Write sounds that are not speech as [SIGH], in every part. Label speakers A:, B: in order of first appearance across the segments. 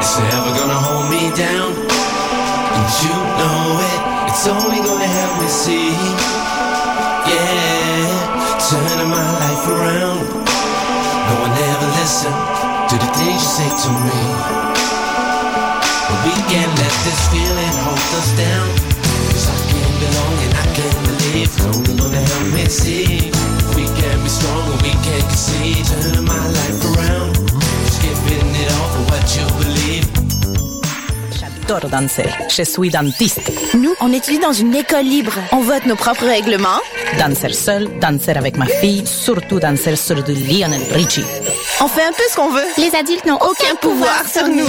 A: It's never gonna hold me down. And you know it. It's only gonna help me see. Yeah. Turning my life around. No one ever listened to the things you say to me. But we can't let this feeling hold us down. Cause I can't belong and I can't believe. No one gonna help me see. We can be strong and we can concede. Turning my life around. Just giving it all for what you believe.
B: J'adore danser. Je suis dentiste.
C: Nous, on étudie dans une école libre. On vote nos propres règlements.
B: Danser seul, danser avec ma fille, surtout danser sur du Lionel Richie.
C: On fait un peu ce qu'on veut.
D: Les adultes n'ont
C: Aucun pouvoir sur nous.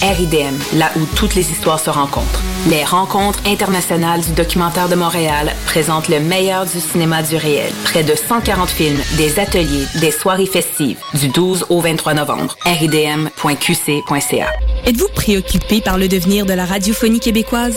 E: RIDM, là où toutes les histoires se rencontrent. Les rencontres internationales du documentaire de Montréal présentent le meilleur du cinéma du réel. Près de 140 films, des ateliers, des soirées festives, du 12 au 23 novembre. ridm.qc.ca.
F: Êtes-vous préoccupé par le devenir de la radiophonie québécoise?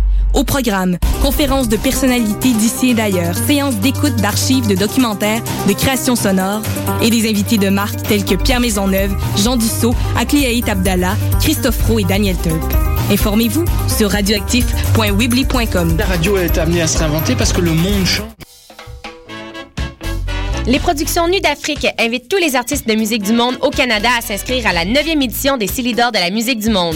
F: Au programme, conférences de personnalités d'ici et d'ailleurs, séances d'écoute d'archives, de documentaires, de créations sonores et des invités de marque tels que Pierre Maisonneuve, Jean Dussault, Akliaït Abdallah, Christophe Roux et Daniel Turp. Informez-vous sur radioactif.wibly.com.
G: La radio est amenée à se réinventer parce que le monde change.
H: Les productions Nues d'Afrique invitent tous les artistes de musique du monde au Canada à s'inscrire à la 9e édition des Célidors de la musique du monde.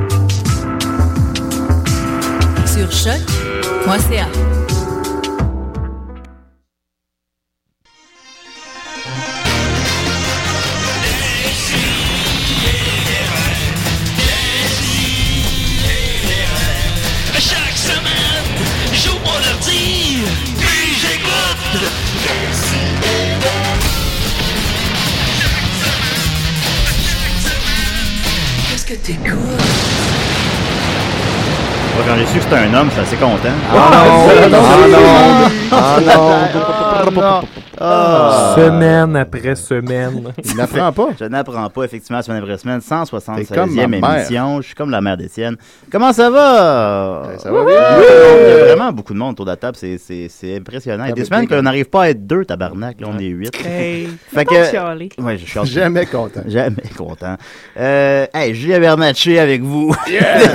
B: Sur choc.ca.
I: Chaque semaine, j'ouvre mon ordi, puis j'écoute. Qu'est-ce que t'écoutes?
J: Moi, Quand j'ai su que c'était un homme, j'étais assez content.
K: Semaine après semaine.
J: Je n'apprends pas. Je n'apprends pas, effectivement, semaine après semaine. 176e
K: T'es comme ma mère.
J: émission. Je suis comme la mère d'Étienne. Comment ça va?
L: ça va
J: Wouhou!
L: bien.
J: Il y a vraiment beaucoup de monde autour de la table. C'est- C'est c'est impressionnant. Il y a des
L: mais
J: semaines
L: bien.
J: qu'on n'arrive pas à être deux, tabarnak. Là, on est huit. [LAUGHS]
L: Hey.
J: Fait
L: Faut pas chialer.
J: que... Ouais, je chiale. Jamais content. Jamais content. Euh, hey, Julien Bernatchez avec vous.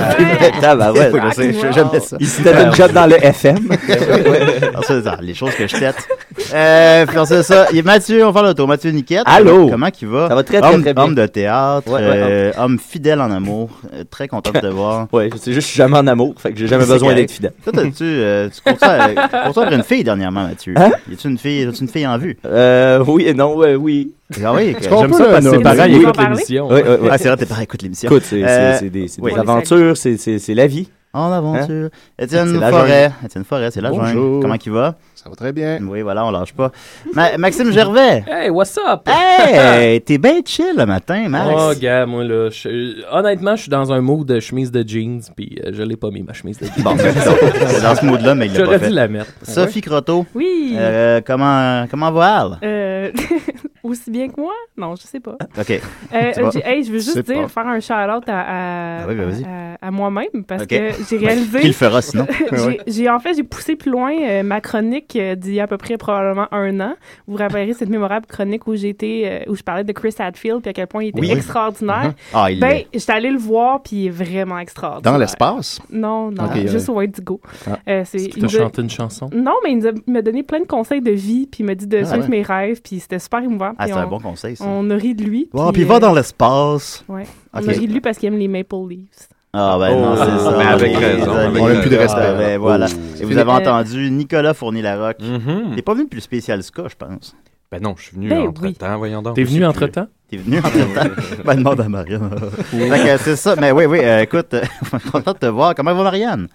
J: [LAUGHS] Tabarouette.
M: Faut que je sais, je fais jamais ça.
J: Il
M: Il c'était
N: Euh,
M: une job
N: [LAUGHS]
M: dans le FM.
J: Alors, Ah, ça, c'est les choses que je tête. Euh, puis on sait ça. Il y a Mathieu, on va faire le tour. Mathieu Niquette.
M: Allô?
J: Comment il va?
M: Ça va très, très,
J: Homme-
M: très bien.
J: Homme de théâtre,
M: Ouais, ouais,
J: euh, homme fidèle en amour. Euh, très content
M: [LAUGHS]
J: de te voir.
M: Ouais, c'est juste, je suis jamais en amour, fait que j'ai jamais
J: C'est
M: besoin
J: correct.
M: d'être fidèle.
J: Toi, t'as-tu, euh, tu cours ça, avec- tu cours ça après une fille dernièrement, Mathieu?
M: Hein?
J: Y a-tu une fille, as-tu une fille en vue?
M: Euh, oui et non, ouais, oui.
J: Ah oui,
M: Tu
J: que-
M: comprends
J: j'aime
M: pas,
J: ça parce
M: là,
J: que tes
M: nos
J: parents
M: parents,
J: ils
M: ils
J: écoutent
M: parlent?
J: l'émission.
M: Ouais, ouais, ouais.
J: Ah, c'est vrai, tes parents écoutent l'émission.
M: Écoute, c'est-
J: Euh,
M: c'est- c'est des, c'est des
J: oui.
M: aventures, c'est- c'est c'est la vie.
J: En aventure. Étienne
M: C'est la
J: Forêt.
M: jungle.
J: Étienne Forêt, c'est la
M: Bonjour.
J: jungle. Comment il va?
L: Ça va très bien.
J: Oui, voilà, on lâche pas. Ma- Maxime Gervais.
N: Hey, what's up?
J: Hey, t'es bien chill le matin, Max.
N: Oh, gars, moi, là, je- honnêtement, je suis dans un mode de chemise de jeans, puis euh, je l'ai pas mis, ma chemise de jeans.
J: Bon, ben, c'est dans ce mode-là, mais il l'a pas
N: J'aurais
J: fait. euh,
N: dû la mettre.
J: Sophie Croteau.
O: Oui.
J: Euh, comment, comment va-elle?
O: Euh,
L: [LAUGHS] aussi bien que moi? Non, je sais pas.
J: Ah, OK.
L: Euh,
J: Tu vois,
L: j'ai- hey, je veux
J: tu sais
L: juste dire,
J: pas.
L: faire un shout-out à, à,
J: Ah oui, ben vas-y.
L: à- à moi-même parce
J: Ok. [LAUGHS] Ben,
L: que j'ai réalisé.
J: Qui le fera
L: [LAUGHS]
J: sinon? Ouais.
L: j'ai, j'ai- en fait, j'ai poussé plus loin euh, ma chronique euh, d'il y a à peu près probablement un an. Vous vous rappellerez cette mémorable chronique où j'étais, euh, où je parlais de Chris Hadfield puis à quel point il était
O: Oui.
L: extraordinaire.
O: Mhm.
J: Uh-huh.
O: Ah, il
L: ben,
O: l'est.
L: j'étais allée le voir puis il est vraiment extraordinaire.
O: Dans l'espace?
L: Non, non,
N: Ok,
L: juste
N: euh,
L: au Indigo.
N: Ah.
L: Euh, c'est,
N: Est-ce qu'il
L: il
N: t'a
L: nous a-
N: chanté une chanson?
L: Non, mais il nous a- il m'a donné plein de conseils de vie puis il m'a dit de
J: Ah,
L: suivre
J: ouais.
L: mes rêves puis c'était super émouvant.
J: Ah,
L: puis
J: c'est un
L: on-
J: bon conseil, ça.
L: On a ri de lui.
J: Bon, puis va
L: euh,
J: dans l'espace.
L: Ouais.
J: Ok.
L: On a ri de lui parce qu'il aime les Maple Leafs.
J: Ah ben non,
M: Oh,
J: c'est ça.
M: mais avec
J: Oui,
M: raison,
J: les amis.
M: on a plus de respect.
J: Ah, ben, voilà.
M: Oh.
J: Et vous
M: Fini.
J: avez
L: Euh,
J: entendu Nicolas Fournier-Larocque.
P: Hmm.
J: T'es pas venu plus spécial ska, je pense.
P: Mm-hmm. Ben non, je suis venu
J: Ben oui.
P: entre-temps, voyons donc.
J: T'es
P: Je sais
J: venu
P: plus.
J: entre-temps? T'es venu
P: [LAUGHS]
J: entre-temps? ben demande à Marianne.
P: Oui.
J: Fait que c'est ça. Mais oui, oui, euh, écoute, [LAUGHS] on est content de te voir. Comment va Marianne?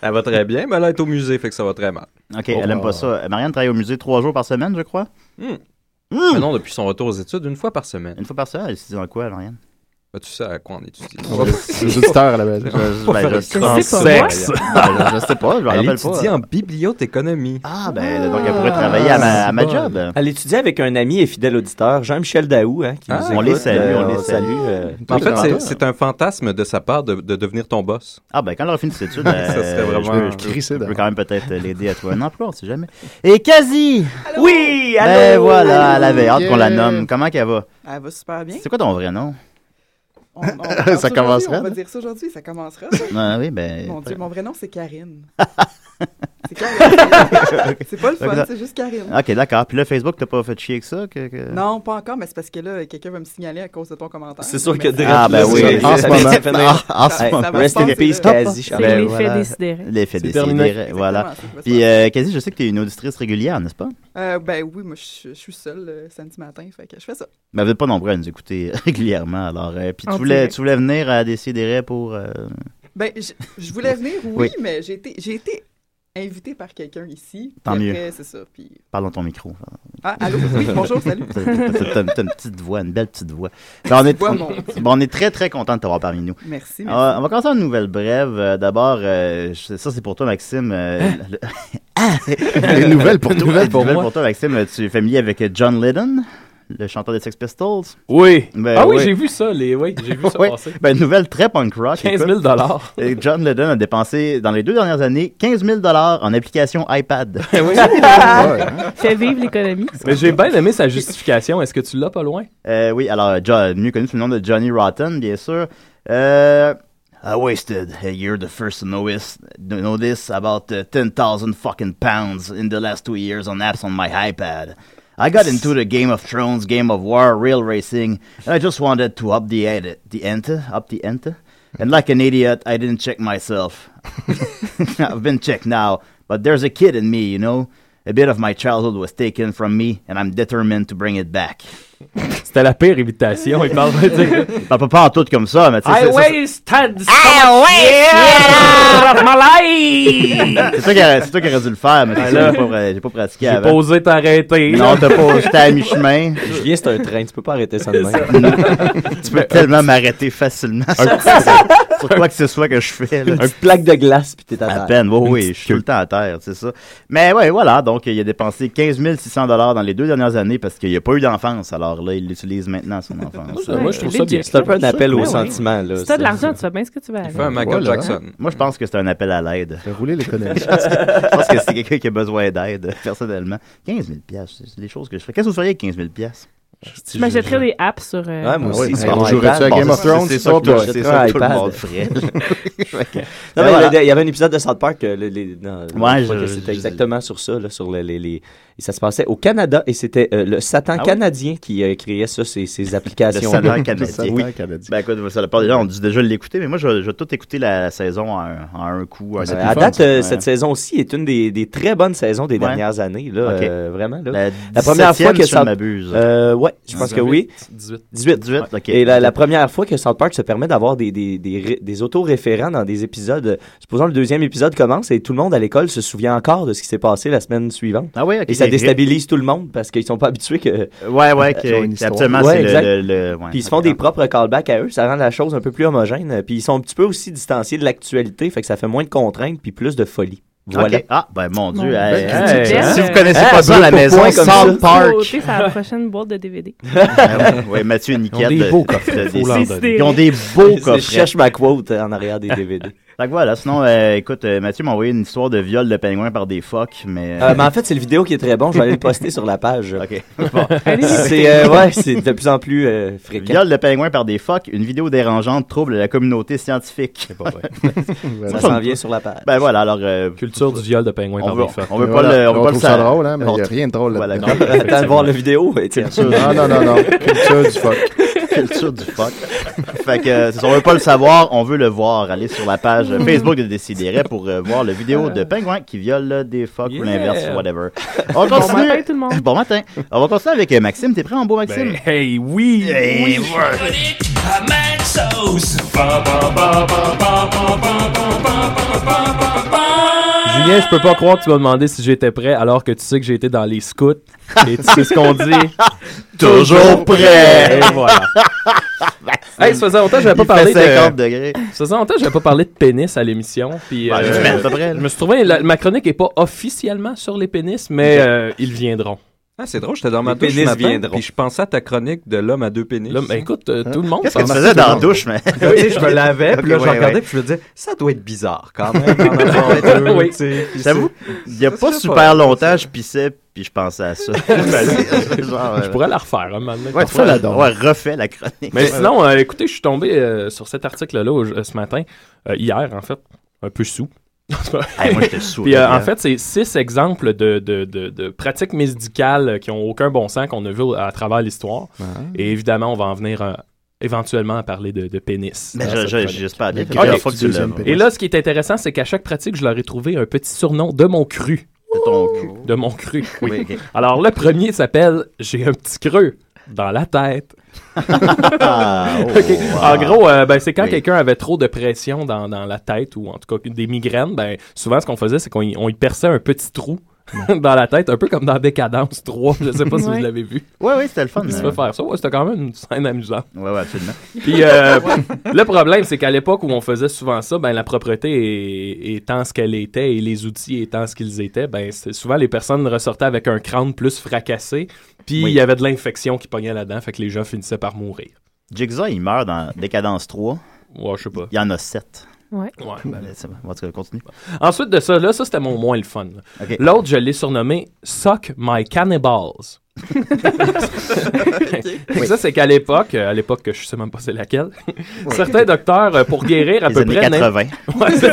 P: Elle va très bien, mais elle est au musée, fait que ça va très mal. Oh.
J: OK, elle aime pas ça. Marianne travaille au musée trois jours par semaine, je crois.
P: Mais non, depuis son retour aux études, une fois par semaine.
J: Une fois par semaine, elle étudie en quoi, Marianne?
P: Ben, tu sais à quoi on étudie.
J: Les auditeurs, là, ben, je- je- ben, je- En sexe.
P: [LAUGHS]
J: Ben, je- je sais pas, je me
P: Elle
J: rappelle pas.
P: étudie en bibliothéconomie.
J: Ah, ben, donc elle pourrait travailler à ma, à ma job.
M: Elle étudie avec un ami et fidèle auditeur, Jean-Michel Daou, hein, qui
P: Ah,
M: nous
P: on
M: écoute,
P: les salue,
M: euh,
P: on les
M: salue.
P: salue.
M: euh,
P: En
M: tous les
P: fait, c'est-
M: auditeurs.
P: c'est un fantasme de sa part de, de devenir ton boss.
J: Ah ben quand elle aura fini [LAUGHS] ses études,
P: Ça
J: euh,
P: serait
J: je
P: vraiment-
J: peux- je, peux,
P: crisser
J: je peux quand même peut-être l'aider à trouver un emploi, on sait jamais. Et quasi!
Q: Oui, allô?
J: Ben voilà, elle avait hâte
Q: Yeah.
J: qu'on la nomme. Comment qu'elle va?
Q: Elle va super bien.
J: C'est quoi ton vrai nom?
Q: On-
J: [LAUGHS]
Q: on va faire aujourd'hui,
J: commencerait,
Q: On
J: là?
Q: va dire ça aujourd'hui, ça commencera.
J: [LAUGHS]
Q: ça.
J: Ah oui, ben-
Q: Mon Dieu, mon vrai nom, c'est Karine. c'est Karine. c'est pas le fun, c'est juste Karine.
J: Ok, d'accord. Puis là, Facebook, t'as pas fait chier que ça? que- que-
Q: Non, pas encore, mais c'est parce que là, quelqu'un va me signaler à cause de ton commentaire.
M: C'est sûr que
Q: Mais-
J: Ah ben oui,
M: En ce moment.
J: Ah, En ce
M: Ça-
J: moment.
M: ça va Rest se in passer, peace, là. Kazi,
J: Ben
M: Charles. Les
J: voilà.
M: faits décidérés.
J: Les faits
M: C'est terminé.
J: décidérés, voilà.
Q: Exactement, c'est ce qui va se
J: Puis euh, quasi, je sais que t'es une auditrice régulière, n'est-ce pas?
Q: Euh, ben oui, moi, je, je suis seule le samedi matin, fait que je fais ça.
J: Mais Ben, vous n'êtes pas nombreux à nous écouter [LAUGHS] régulièrement, alors. euh, puis tu
Q: En
J: voulais,
Q: direct.
J: tu voulais venir à Décideret pour. euh,
Q: Ben, je, je voulais venir, oui,
J: Oui.
Q: mais j'ai été, j'ai été invitée par quelqu'un ici.
J: Tant
Q: puis
J: mieux.
Q: après, C'est ça, puis
J: Parle dans ton micro.
Q: Ah, allô?
J: [LAUGHS]
Q: Oui, bonjour, salut.
J: T'as- T'as t'as- t'as une petite voix, une belle petite voix. Ben, on, est,
Q: voix,
J: on-
Q: mon Dieu.
J: bon, on est très, très content de t'avoir parmi nous.
Q: Merci, merci.
J: Alors, on va commencer une nouvelle brève. Euh, D'abord, euh, je- ça, c'est pour toi, Maxime. euh,
Q: [LAUGHS]
J: le- Ah!
K: Des nouvelles pour toi.
J: Nouvelles
K: Pour moi.
J: pour toi, Maxime. Euh, Tu es familier avec euh, John Lydon, le chanteur des Sex Pistols?
N: Oui.
J: Ben
N: ah oui,
J: oui.
N: j'ai vu ça, les... oui, j'ai
J: [LAUGHS]
N: vu ça
J: Oui.
N: passer.
J: Ben, une nouvelle très punk rock.
N: 15 000
J: écoute. Et John Lydon a dépensé, dans les deux dernières années, 15 000 en application iPad.
N: [LAUGHS]
J: [LAUGHS]
N: Oui.
L: Fait vivre l'économie.
N: Mais j'ai bien aimé sa justification. Est-ce que tu l'as pas loin?
J: Euh, oui, alors, John, mieux connu sous le nom de Johnny Rotten, bien sûr. Euh, I wasted a year the first to know this, to know this about uh, 10,000 fucking pounds in the last two years on apps on my iPad. I got into the Game of Thrones, Game of War, rail racing, and I just wanted to up the ante, the ante, up the ante. And like an idiot, I didn't check myself. I've been checked now, but there's a kid in me, you know. A bit of my childhood was taken from me, and I'm determined to bring it back.
N: C'était la pire imitation. Il parle tu sais.
J: [LAUGHS] Il parle pas en tout comme ça, mais tu sais,
N: I
J: c'est- ça,
N: wasted so
I: much years
N: of my
J: c'est toi, qui aurais- c'est toi qui aurais dû le faire, mais c'est
N: Ah
J: ça,
N: là.
J: j'ai pas, vrai- j'ai pas pratiqué
N: J'ai
J: avant.
N: pas osé t'arrêter.
J: Non, t'as pas osé, j'étais à mi-chemin.
M: Julien, c'est un train, tu peux pas arrêter ça de
J: même. tu peux tellement m'arrêter facilement sur, sur quoi que ce soit que je fais.
M: Un
J: Là.
M: petit plaque de glace, puis t'es à
J: À
M: terre.
J: peine, oui,
M: Une
J: oui,
M: petite
J: je suis tout le temps à terre, c'est ça. Mais ouais, voilà, donc il a dépensé 15 600 dans les deux dernières années parce qu'il n'y a pas eu d'enfance, alors là, il l'utilise maintenant, son enfance.
L: Moi, je trouve ça bien.
M: C'est un peu un appel
L: au
J: Ouais, ouais.
M: sentiment, là.
L: Si t'as de l'argent, tu sais bien ce que tu vas
J: Fais un Michael
M: Voilà.
J: Jackson. Moi, je pense que c'est un appel à l'aide. rouler l'économie. [LAUGHS] je pense que, je pense que c'est quelqu'un qui a besoin d'aide, personnellement. 15 000 piastres, c'est les choses que je fais. Qu'est-ce que vous feriez avec 15 000 piastres?
L: Je m'achèterais des apps sur. euh,
M: Ah Ouais, moi aussi.
J: oui,
M: c'est
J: mais on
M: mon iPad.
J: jouerait-tu à
M: Bon,
J: Game of
M: ça,
J: Thrones?
M: C'est
J: Ça,
M: ça
J: on
M: que tout-
J: jouerait
M: c'est
J: à
M: ça que tout le
J: iPad.
M: monde [LAUGHS] ferait.
J: Ouais.
M: Non,
J: Ben
M: mais
J: voilà.
M: il y a- il y avait un épisode de South Park, euh, les- les- non, je
J: Ouais,
M: crois
J: je-
M: que
J: je-
M: c'était exactement sur ça, là, sur les, les- les- et ça se passait au Canada, et c'était euh, le Satan
J: Ah oui?
M: canadien qui euh, créait ça, ces, ces
J: Le
M: applications. [LAUGHS]
J: Satan canadien.
M: Oui.
J: Ben écoute, ça, la part des gens ont dû déjà l'écouter, mais moi, je, je vais tout écouter la saison en, un- en un coup. en
M: Euh,
J: un
M: à
J: coup.
M: date, euh,
J: Ouais.
M: cette saison aussi est une des, des très bonnes saisons des
J: Ouais.
M: dernières années, là,
J: Ok.
M: euh, vraiment. Là.
J: La
M: première
J: 17e,
M: fois que
J: si je
M: ça
J: ne m'abuse.
M: Euh, ouais, je pense que oui.
N: 18.
M: 18.
J: 18, ok.
M: Et la, la première fois que South Park se permet d'avoir des, des, des, ré- des auto-référents dans des épisodes. euh, Supposons le deuxième épisode commence et tout le monde à l'école se souvient encore de ce qui s'est passé la semaine suivante.
J: Ah oui, ok,
M: Et ça
J: des ré-
M: déstabilise tout le monde parce qu'ils sont pas habitués que.
J: Ouais, ouais, que-
M: Ils ont une
J: que
M: histoire.
J: absolument, c'est le-
M: exact.
J: le- le- ouais,
M: Puis ils se font des propres callbacks à eux, ça rend la chose un peu plus homogène. euh, Puis ils sont un petit peu aussi distanciés de l'actualité, fait que ça fait moins de contraintes puis plus de folie.
J: Voilà.
M: Ok.
J: Ah, ben mon Dieu.
M: Bon,
J: hey, hey,
M: ben, critique.
J: hey.
M: Si vous connaissez pas
J: ça à la maison, South Park.
L: Sauter sa prochaine boîte de DVD.
J: Ah oui, oui, Mathieu et Niquette.
M: Ils ont des
J: euh,
M: beaux coffrets,
J: de-
M: faut leur donner.
J: Ils ont des beaux
M: Je
J: coffrets.
M: cherche
J: ma quote en arrière des DVD. Donc voilà, sinon, euh, écoute, euh, Mathieu m'a envoyé une histoire de viol de pingouin par des phoques, mais... euh,
M: Euh, mais en fait, c'est le vidéo qui est très bon. Je vais aller le poster sur la page. euh,
J: OK. [LAUGHS]
M: C'est euh, ouais, c'est de plus en plus euh, fréquent.
J: Viol de pingouin par des phoques, une vidéo dérangeante trouble la communauté scientifique. C'est pas vrai.
M: Ça s'en vient sur la page.
J: Ben voilà, alors... Culture
N: du viol de pingouin
J: on
N: par
J: veut,
N: des phoques.
J: On veut
N: Mais
J: pas
N: voilà,
J: le... On, veut
N: on
J: pas
N: trouve
J: le
N: ça
J: savoir.
N: drôle, hein, mais
J: On
N: il y a
J: tr-
N: rien de drôle
J: Voilà,
N: là-dedans.
J: non, [LAUGHS]
N: Attends de voir
J: effectivement.
N: la vidéo, Étienne.
J: Culture-
N: Non, non, non, non.
K: Culture du fuck.
J: Culture du fuck. fait que, euh, c'est ça, on veut pas le savoir, on veut le voir. Allez sur la page euh, Facebook de Décideret pour euh, voir la vidéo de pingouin qui viole des fucks ou l'inverse,
N: Yeah.
J: whatever. On
N: Bon
J: continue.
N: matin, tout le monde.
J: Bon matin. On va continuer avec euh, Maxime. T'es prêt en beau, Maxime?
N: Ben, hey, oui! oui.
J: Hey, ouais.
N: Julien, je peux pas croire que tu m'as demandé si j'étais prêt alors que tu sais que j'ai été dans les scouts. Et tu sais ce qu'on
P: [LAUGHS]
N: dit?
J: Toujours prêt.
N: Et voilà. [LAUGHS] Hey, ça faisait longtemps que j'avais pas
J: Il
N: parlé
J: fait 50
N: de...
J: degrés.
P: euh,
N: Ça faisait longtemps que j'avais pas parlé de pénis à l'émission. Puis, euh,
J: Ben, une semaine à peu près, là.
N: je me suis trouvé... la- ma chronique est pas officiellement sur les pénis, mais
P: Ok.
N: euh, ils viendront.
P: Ah, c'est drôle, j'étais dans ma
N: Les
P: douche
N: pénis
P: ce matin,
N: viendront.
P: puis je pensais à ta chronique de l'homme à deux pénis.
N: L'homme- ben, écoute, euh, tout le monde
P: Qu'est-ce
N: pense
P: que
N: à
P: tu
N: ça,
P: faisais
N: tout le
P: dans la
N: monde.
P: douche, mais... Tu sais, je me lavais, puis là,
J: Ok,
P: je
J: ouais,
P: regardais,
J: ouais.
P: puis je me disais, ça doit être bizarre quand même. d'en
N: [LAUGHS]
P: avoir deux,
J: Oui.
P: tu sais, puis
J: J'avoue,
P: c'est-
J: il y a
P: Ça,
J: pas
P: c'est
J: super
P: pas-
J: longtemps, je pissais, puis je pensais à ça. [LAUGHS] euh,
N: Je pourrais la refaire, un moment donné.
J: Ouais,
N: Parfois,
J: fais-la
N: je-
J: donc. Ouais, refais la chronique.
N: Mais
J: Ouais.
N: sinon, euh, écoutez, je suis tombé euh, sur cet article-là au- euh, ce matin, euh, hier en fait, un peu sous.
J: Hey, moi, j'étais sous,
N: Puis euh,
J: là.
N: en fait, c'est six exemples de, de- de- de pratiques médicales euh, qui n'ont aucun bon sens qu'on a vu à travers l'histoire. Et évidemment, on va en venir euh, éventuellement à parler de, de pénis.
J: Mais
N: dans
J: je-
N: cette
J: je-
N: chronique.
J: j'espère bien que
N: Ok.
J: la première fois que tu
N: Deuxième
J: l'as.
N: pénis. Et là, ce qui est intéressant, c'est qu'à chaque pratique, je leur ai trouvé un petit surnom de mon cru.
J: De ton cul.
N: De mon
J: [LAUGHS]
N: cru, oui.
J: Oui, ok.
N: Alors, le premier s'appelle « J'ai un petit creux dans la tête ».
J: Ah,
N: Ok. En gros, euh, ben, c'est quand
J: Oui.
N: quelqu'un avait trop de pression dans, dans la tête ou en tout cas des migraines, ben, souvent ce qu'on faisait, c'est qu'on y, on y perçait un petit trou [LAUGHS] dans la tête, un peu comme dans Décadence 3. Je sais pas si
J: Ouais.
N: vous l'avez vu.
J: [LAUGHS] Ouais, ouais, c'était le fun.
N: Il se
J: euh.
N: fait faire ça. Ouais, c'était quand même une scène amusante.
J: Ouais, ouais, absolument.
N: Puis euh, le problème, c'est qu'à l'époque où on faisait souvent ça, ben, la propreté é- étant ce qu'elle était et les outils étant ce qu'ils étaient, ben, c'est- souvent les personnes ressortaient avec un crâne plus fracassé, puis il
J: Oui.
N: y avait de l'infection qui pognait là-dedans, fait que les gens finissaient par mourir.
J: Jigsaw, il meurt dans Décadence 3.
N: Ouais, je sais pas.
J: Il y en a 7.
L: Ouais.
N: Ouais,
J: c'est bon. En tout cas, continue.
N: Ensuite de ça, là, ça c'était mon moins le fun. là.
J: Ok.
N: L'autre, je l'ai surnommé Suck My
J: [LAUGHS]
N: Cannibals. [LAUGHS]
J: Oui.
N: Ça, c'est qu'à l'époque, euh, à l'époque que je sais même pas c'est laquelle, certains docteurs, euh, pour guérir à
J: Les
N: peu
J: années
N: près.
J: 80.
N: [LAUGHS] Ouais, c'est-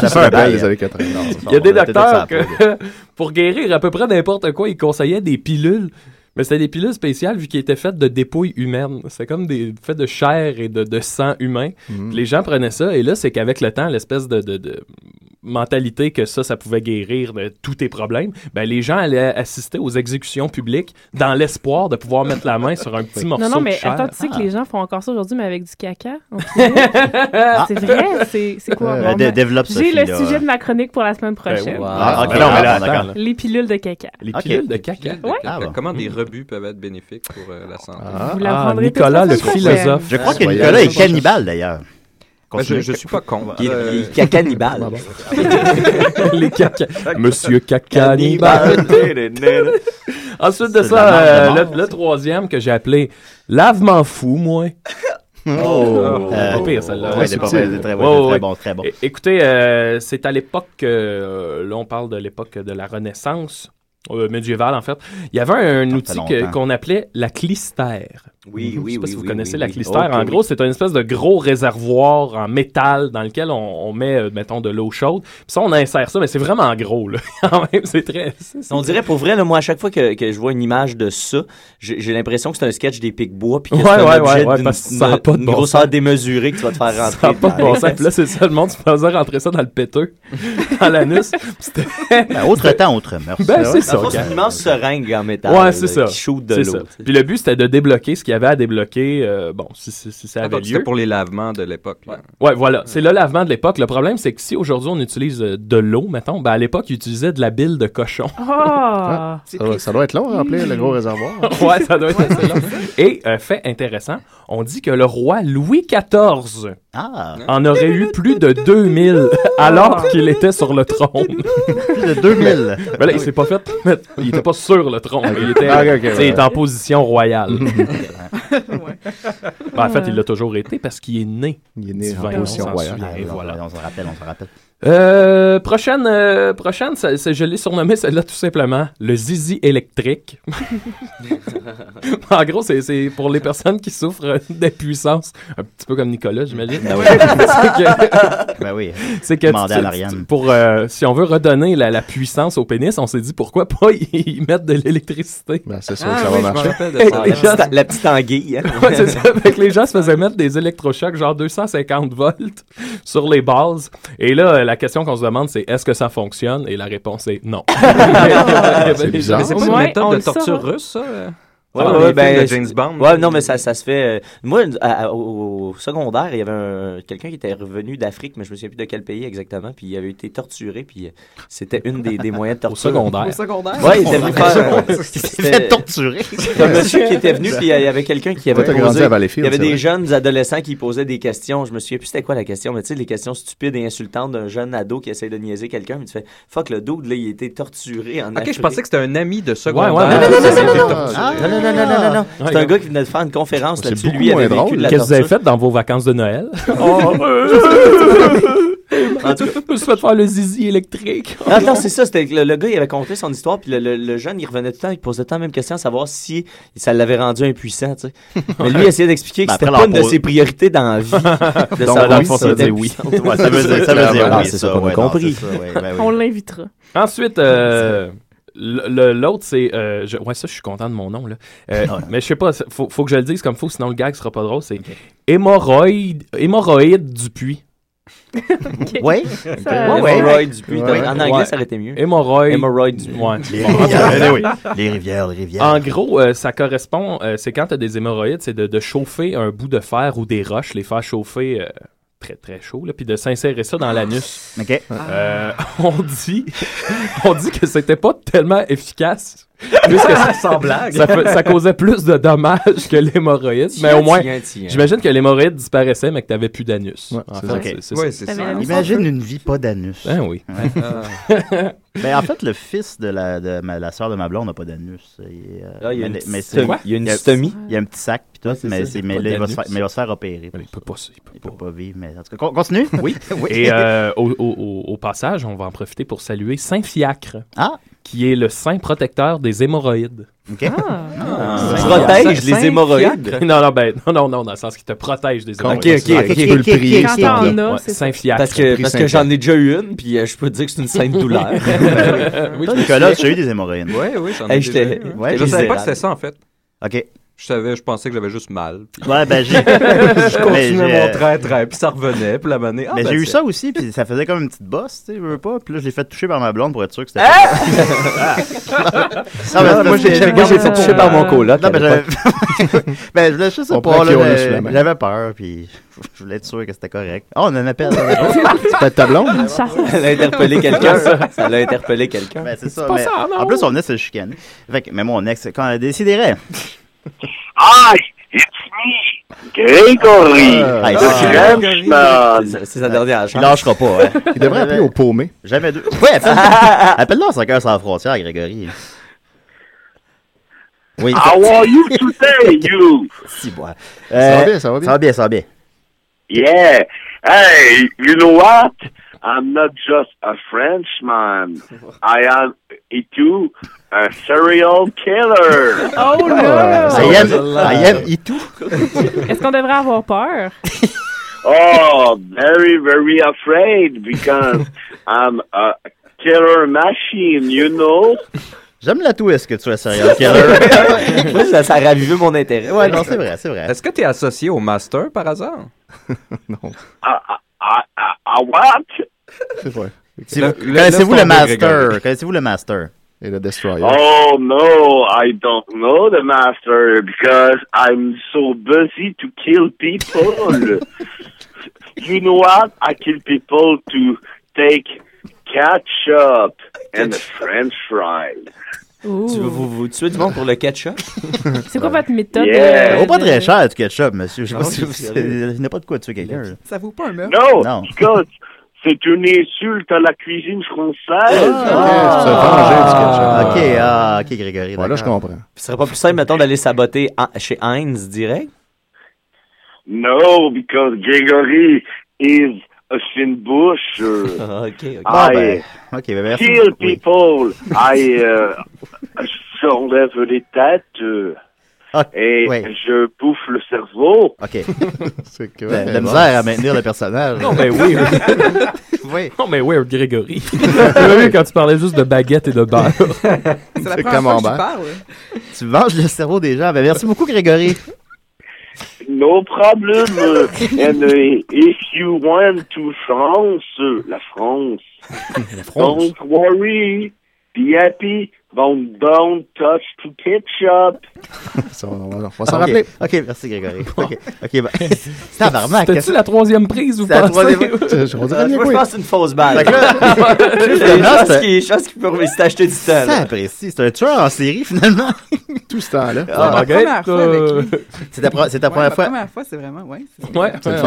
J: Ça fait un bail, les années 80.
N: Il y a des
J: On a tout
N: docteurs
J: fait ça
N: que, [LAUGHS] pour guérir à peu près n'importe quoi, ils conseillaient des pilules. Mais c'était des pilules spéciales vu qu'ils étaient faites de dépouilles humaines. C'est comme des faites de chair et de, de sang humain.
J: Mhm.
N: Puis Les gens prenaient ça et là, c'est qu'avec le temps, l'espèce de, de- de mentalité que ça, ça pouvait guérir de tous tes problèmes, ben, les gens allaient assister aux exécutions publiques dans l'espoir de pouvoir mettre la main sur un petit morceau
L: Non, non,
N: de
L: mais
N: chair.
L: attends, tu sais que les gens font encore ça aujourd'hui, mais avec du caca. en dessous.
N: Ah.
L: C'est vrai, c'est c'est quoi?
J: Euh,
L: Bon,
J: dé-
L: ben,
J: développe,
L: J'ai le
J: Sophie, là.
L: sujet de ma chronique pour la semaine prochaine.
J: Ben oui. Ah, ok, non, mais là, attends, là.
L: Les pilules de caca.
N: Les
P: Ok.
N: pilules de caca.
P: Les pilules de
M: Ah,
P: caca. Comment des rebuts peuvent être bénéfiques pour euh, la santé?
N: Ah, Vous l'apprendrez Nicolas, peut-être la le semaine prochaine. philosophe.
J: Je crois que
N: Soyez
J: Nicolas est
N: attention.
J: cannibale, d'ailleurs.
P: Ben, je,
J: Continue.
P: je suis pas con.
J: Il-
P: Euh,
J: il cacannibale.
N: [LAUGHS] Les caca. Monsieur [LAUGHS] Cacanibal. Ensuite de
J: C'est de la marge
N: ça,
J: de
N: euh, le, le troisième que j'ai appelé Lave-m'en fou, moi.
J: Oh.
N: c'est pas pire celle-là.
J: Ouais, c'est pas pire, c'est très bon, c'est très bon, très bon.
N: Oh. É- Écoutez, euh, c'est à l'époque, euh, là on parle de l'époque de la Renaissance, euh, médiévale en fait. Il y avait un outil que-
J: longtemps.
N: qu'on appelait la clistère.
M: Oui,
N: Je
M: oui,
N: sais pas
M: oui,
N: si vous
M: oui,
N: connaissez
M: oui,
N: la
M: oui.
N: clistère.
M: Ok,
N: en
M: oui.
N: gros, c'est une espèce de gros réservoir en métal dans lequel on, on met, euh, mettons, de l'eau chaude. Puis ça, on insère ça, mais c'est vraiment gros, là. [LAUGHS] Quand même, c'est très... c'est- c'est-
M: On dirait pour vrai, là, moi, à chaque fois que, que je vois une image de ça, j'ai j'ai l'impression que c'est un sketch des Pic-Bois, puis que
N: Ouais,
M: c'est un
N: ouais,
M: objet
N: ouais, ouais,
M: d'une-
N: parce que ça a
M: d'une-
N: pas de
M: d'une
N: bon
M: grosseur
N: sens.
M: démesurée que tu vas te faire rentrer.
N: Ça n'a pas de
M: dans
N: bon
M: la
N: sens. Puis là, c'est ça, le monde se faisait rentrer ça dans le péteux, [LAUGHS] dans l'anus. Puis c'était-
J: Ben, autre temps, autre mœurs.
N: Ben, c'est ça.
M: Dans le fond,
N: Gab.
M: C'est une immense seringue en métal
N: Ouais, c'est
M: là,
N: ça.
M: qui shoot de
N: C'est
M: l'eau.
N: ça. Puis le but, c'était de débloquer ce qu'il y avait à débloquer. euh, bon, si, si- si ça
P: Ah,
N: avait
P: donc, c'était
N: lieu.
P: pour les lavements de l'époque.
N: [LAUGHS]
P: là.
N: Ouais, voilà. C'est le lavement de l'époque. Le problème, c'est que si aujourd'hui on utilise euh, de l'eau, mettons, ben à l'époque, ils utilisaient de la bile de cochon.
L: Ah!
N: C'est
K: Ça doit, ça doit être long hein, à remplir le gros réservoir.
N: [LAUGHS] ouais, ça doit être assez long. Et, euh, fait intéressant,
J: Ah.
P: [LAUGHS]
N: on dit que le roi Louis XIV en aurait eu plus de 2000 alors qu'il était sur le trône.
J: De 2000.
N: Ben là, il s'est pas fait mettre- Il était pas sur le trône. mais Il était,
J: Ah, ok,
N: tu
J: ok,
N: sais,
J: ouais.
N: il était en position
J: [LAUGHS]
N: royale. Ben, en fait,
J: Ouais.
N: il l'a toujours été parce qu'il est né.
J: Il est né
N: du
J: en
N: vin, on
J: position
N: s'en
J: royale.
N: souvient,
J: Ah oui, on-
N: voilà.
J: on se rappelle, on se rappelle.
N: Euh, prochaine, euh, prochaine ça- ça- je l'ai surnommée celle-là tout simplement le zizi électrique. [LAUGHS] en gros, c'est- c'est pour les personnes qui souffrent d'impuissance, un petit peu comme Nicolas, j'imagine.
J: Ben oui.
N: [LAUGHS] C'est que-
J: [LAUGHS] Ben oui.
N: C'est que
J: Demandez à
N: tu-
J: Marianne.
N: tu- pour euh, si on veut redonner la, la puissance au pénis, on s'est dit pourquoi pas [LAUGHS] y mettre de l'électricité.
K: c'est
M: sûr que Ah ça va oui, je me marcher. rappelle de [LAUGHS] ça. La petite- la petite anguille, hein.
N: Ouais, c'est ça. Fait que les gens se faisaient mettre des électrochocs genre 250 volts [LAUGHS] sur les bases. Et là, euh, la question qu'on se demande, c'est est-ce que ça fonctionne? Et la réponse est non. [LAUGHS]
P: C'est bizarre. Mais c'est pas une Ouais, méthode on de le torture saura. russe, ça, euh?
M: Ouais,
P: Dans
M: ouais,
P: les films
M: ben,
P: de James
M: c'est-
P: Bond.
M: Ouais, non, mais ça, ça se fait. euh, Moi, à- à- au, au secondaire, il y avait un- quelqu'un qui était revenu d'Afrique, mais je me souviens plus de quel pays exactement, puis il avait été torturé, puis euh, c'était une des, des moyens de torture.
N: secondaire.
Q: Au secondaire?
M: Ouais, il était venu
Q: Au
N: [LAUGHS]
M: faire.
Q: secondaire.
M: euh,
Q: Il s'est
M: c'était-
Q: fait torturer.
M: C'était un monsieur qui était venu, puis il y
K: [LAUGHS]
M: avait quelqu'un qui avait
K: Toi, t'as
M: posé-
K: grandi à
M: Il y
K: Valleyfield,
M: avait
K: c'est
M: des
K: vrai.
M: jeunes adolescents qui posaient des questions. Je me souviens plus c'était quoi la question, mais tu sais, les questions stupides et insultantes d'un jeune ado qui essaye de niaiser quelqu'un, mais tu fais fuck le dude, là, il était torturé en
P: Ok, je pensais que c'était un ami de
M: Ouais, ouais,
P: secondaire.
M: non, non, non,
P: qui s'est
M: non,
P: fait
M: non, non,
P: torturer.
M: Ah, non, non, non, non, non, non, non. C'est un gars qui venait de faire une conférence là-dessus. Lui avait vécu de la
N: Qu'est-ce que vous avez
M: torture.
N: fait dans vos vacances de [LAUGHS] Noël? Oh, [LAUGHS]
M: En tout cas,
N: je me suis fait faire le zizi électrique.
M: Non, Ah, non, c'est ça. C'était que le, le gars, il avait conté son histoire, puis le, le- le jeune, il revenait tout le temps, il posait tout le temps la même question, à savoir si ça l'avait rendu impuissant, tu sais. Mais lui, il essayait d'expliquer que
J: Ben,
M: c'était
J: après,
M: pas une de
J: leur
M: ses priorités dans la vie. De
J: Donc,
M: savoir
J: oui,
M: si
J: ça veut
M: c'était
J: dire oui.
M: impuissant.
J: Ouais, ça veut dire- ça veut dire
M: Ah,
J: oui, ça,
M: C'est ça qu'on a
J: ouais, non,
M: compris.
J: c'est ça, ouais, ben oui.
L: On l'invitera.
N: Ensuite, euh, le- le- l'autre, c'est. euh, je- ouais, ça, je suis content de mon nom, là. Euh, mais je sais pas, c'est- faut, faut que je le dise comme faut, sinon le gag sera pas drôle. C'est hémorroïde, hémorroïde du puits.
J: Ouais.
M: Ouais, ouais. Hémorroïde du puits. En anglais, ça aurait été mieux.
N: Hémorroïde.
M: Hémorroïde du puits.
N: Ouais.
M: Les
N: Bon.
M: rivières,
J: ben oui. Les rivières, les rivières.
N: En gros, euh, ça correspond. euh, c'est quand tu as des hémorroïdes, c'est de, de chauffer un bout de fer ou des roches, les faire chauffer. euh, très très chaud là, puis de s'insérer ça dans l'anus.
J: Ok.
N: Euh, [LAUGHS] on dit, on dit que c'était pas tellement efficace. puisque ça,
P: Sans blague.
N: ça fait- ça causait plus de dommages que l'hémorroïde, mais au moins,
P: Tiens, tiens.
N: j'imagine que l'hémorroïde disparaissait, mais que t'avais plus d'anus. En fait,
J: Ok.
N: Imagine
J: Imagine une vie pas d'anus.
N: Ben oui.
J: Ouais. ben, en fait, le fils de la, de ma- la soeur de ma blonde n'a pas d'anus. Il, euh,
M: Ah, il y a
J: mais-
M: une
J: mais
M: petite-
J: c'est-
M: quoi? Il y a une
J: il
M: stomie.
J: Il y a un petit sac, puis tout,
M: Ouais, c'est
J: mais,
M: ça,
J: c'est-
M: il y a
J: mais
M: pas
J: là, il va, se
M: d'anus.
J: faire, mais il va se faire opérer. pour
N: Il peut pas, il peut,
J: pas vivre. Mais en tout cas, con- continue.
P: [LAUGHS]
J: Oui. oui.
N: Et euh, au, au- au- au passage, on va en profiter pour saluer Saint Fiacre,
J: Ah,
N: qui est le saint protecteur des hémorroïdes.
M: Ah. Il protège Saint- les Saint hémorroïdes?
N: [LAUGHS]
M: Fiacre?
N: Non, non, ben, non, non, non, dans le sens qu'il te protège des
M: Ok,
N: hémorroïdes.
M: ok, ok, ok, ok, ok, ok, ok.
N: Ouais, Saint Fiacre.
M: Parce que, parce que j'en ai déjà eu une, puis euh, je peux te dire que c'est une
K: [LAUGHS]
M: sainte douleur.
J: Oui, Toi, Nicolas, tu as eu des hémorroïdes.
P: Oui, oui, j'en ai
M: Hey,
P: déjà
M: j'étais-
P: eu.
M: ouais,
P: Je savais pas
M: misérable.
P: que c'était ça, en fait.
M: [LAUGHS]
J: OK.
P: Je savais, je pensais que j'avais juste mal. puis-
J: Ouais, ben, j'ai-
P: je
J: Mais j'ai- euh,
P: continuais mon train, train, puis ça revenait, puis la manée. Ah,
J: mais
P: ben,
J: j'ai eu
P: c'est-
J: ça aussi, puis ça faisait comme une petite bosse, tu sais, je veux pas. Puis là, je l'ai fait toucher par ma blonde pour être sûr que c'était.
M: [LAUGHS] Ah!
J: mais
M: Ah,
J: c'est
M: moi,
J: parce
M: j'ai-
J: que-
M: j'avais- moi, j'ai fait toucher par mon coloc
J: Non,
M: à
J: mais j'avais.
K: [LAUGHS]
J: ben, je voulais juste
K: On
J: pas,
K: prend qui
J: là,
K: on a
J: mais
K: sous la main.
J: J'avais peur, puis je voulais être sûr que c'était correct. Oh, on en appelle.
M: [LAUGHS]
K: C'est pas de ta blonde?
M: Elle a interpellé quelqu'un. Ça l'a interpellé quelqu'un.
J: Ben, c'est ça.
M: pas
J: mais-
M: ça, non.
J: en plus, on venait se chicaner. Fait que, mais mon ex, quand elle déciderait.
O: Hi, Ah, it's me, Grégory,
J: Ah,
O: the
J: ah,
O: Gentleman.
M: C'est sa dernière chance.
J: Il lâchera pas, hein.
K: Il devrait appeler au paumé.
J: Jamais deux. Ouais, [LAUGHS] appelle- appelle-le en soccer sans frontières, Grégory. Oui.
O: How are
J: [LAUGHS]
O: you today, you?
J: Si, moi.
K: Ça va
J: Euh,
K: bien, ça va bien.
J: Ça va bien, ça va bien.
O: Yeah. Hey, you know what? I'm not just a Frenchman. I am, et tout, a serial killer.
L: Oh là!
J: I am, I am it too.
L: Est-ce qu'on devrait avoir peur?
O: Oh, very, very afraid because I'm a killer machine, you know?
J: J'aime la twist que tu sois serial [LAUGHS] killer.
M: Moi, ça, ça a ravivé mon intérêt.
J: Ouais, non, c'est vrai, c'est vrai.
P: Est-ce que t'es associé au master par hasard? non.
O: Ah, ah, ah, ah, what?
K: C'est vrai.
J: Si vous- Connaissez-vous le master? Connaissez-vous le master?
K: Et le destroyer.
O: Oh no, I don't know the master because I'm so busy to kill people. you know what? I kill people to take ketchup and French fries.
M: Tu veux vous, vous tuer du monde pour le ketchup?
L: C'est quoi votre méthode?
J: Yeah.
L: euh,
J: Oh, pas
L: de-
J: très cher
K: Ah,
J: du ketchup, monsieur. Je sais
M: Non,
J: pas si
M: c'est
J: vous-
M: sérieux.
J: Il n'y a pas de quoi tuer quelqu'un. là.
L: Ça vaut pas un meurtre.
O: No,
J: No.
O: because C'est une insulte à la cuisine française.
J: Ah, ok, ah, ok, Grégory.
K: Voilà, je
M: d'accord.
K: comprends.
M: Ce serait pas plus simple, mettons, d'aller saboter en- chez Heinz direct?
O: No, because Gregory is a sin bush.
M: okay, okay.
J: Ah,
O: I
J: ben, ok, ben, merci.
O: kill people. I euh, j'enlève les têtes euh, et je bouffe le cerveau.
J: Ah, Ok.
K: [LAUGHS]
J: Ben,
K: C'est
J: De la misère à maintenir le personnage.
N: Non, Oh,
J: [LAUGHS]
N: mais oui.
O: [LAUGHS]
N: Non, mais weird, Grégory. J'avais vu quand tu parlais juste de baguette et de beurre.
J: C'est
Q: la première fois que j'y parle.
J: Tu manges le cerveau des gens. Ben, merci beaucoup, Grégory.
O: No problem. And uh, if you want to France, euh, la
N: [LAUGHS]
O: France,
J: France.
O: don't worry, be happy, don't, don't touch to ketchup.
K: Ça, on va- on va s'en
J: Ok.
K: rappeler.
J: Ok, merci, Grégory. Ok, ok, ben. [LAUGHS] C'est tabarnak.
N: C'était-tu la troisième prise ou pas?
M: Ah, moi, je pense que c'est une fausse balle.
J: Fait que là-
M: C'est une
J: Finalement,
M: chance
J: c'est-
M: qui- une chance qui peut s'est acheté du temps.
J: Ça
M: là.
J: apprécie. C'est un tueur en série, finalement.
K: Tout ce temps-là.
Q: ma première fois avec lui.
J: C'est ta, pro- c'est ta
Q: Ouais,
J: première
Q: ma
J: fois.
Q: première fois, c'est vraiment, ouais. c'est ça.
J: C'est le
Q: Ouais,
J: fun.
Q: ouais, ouais.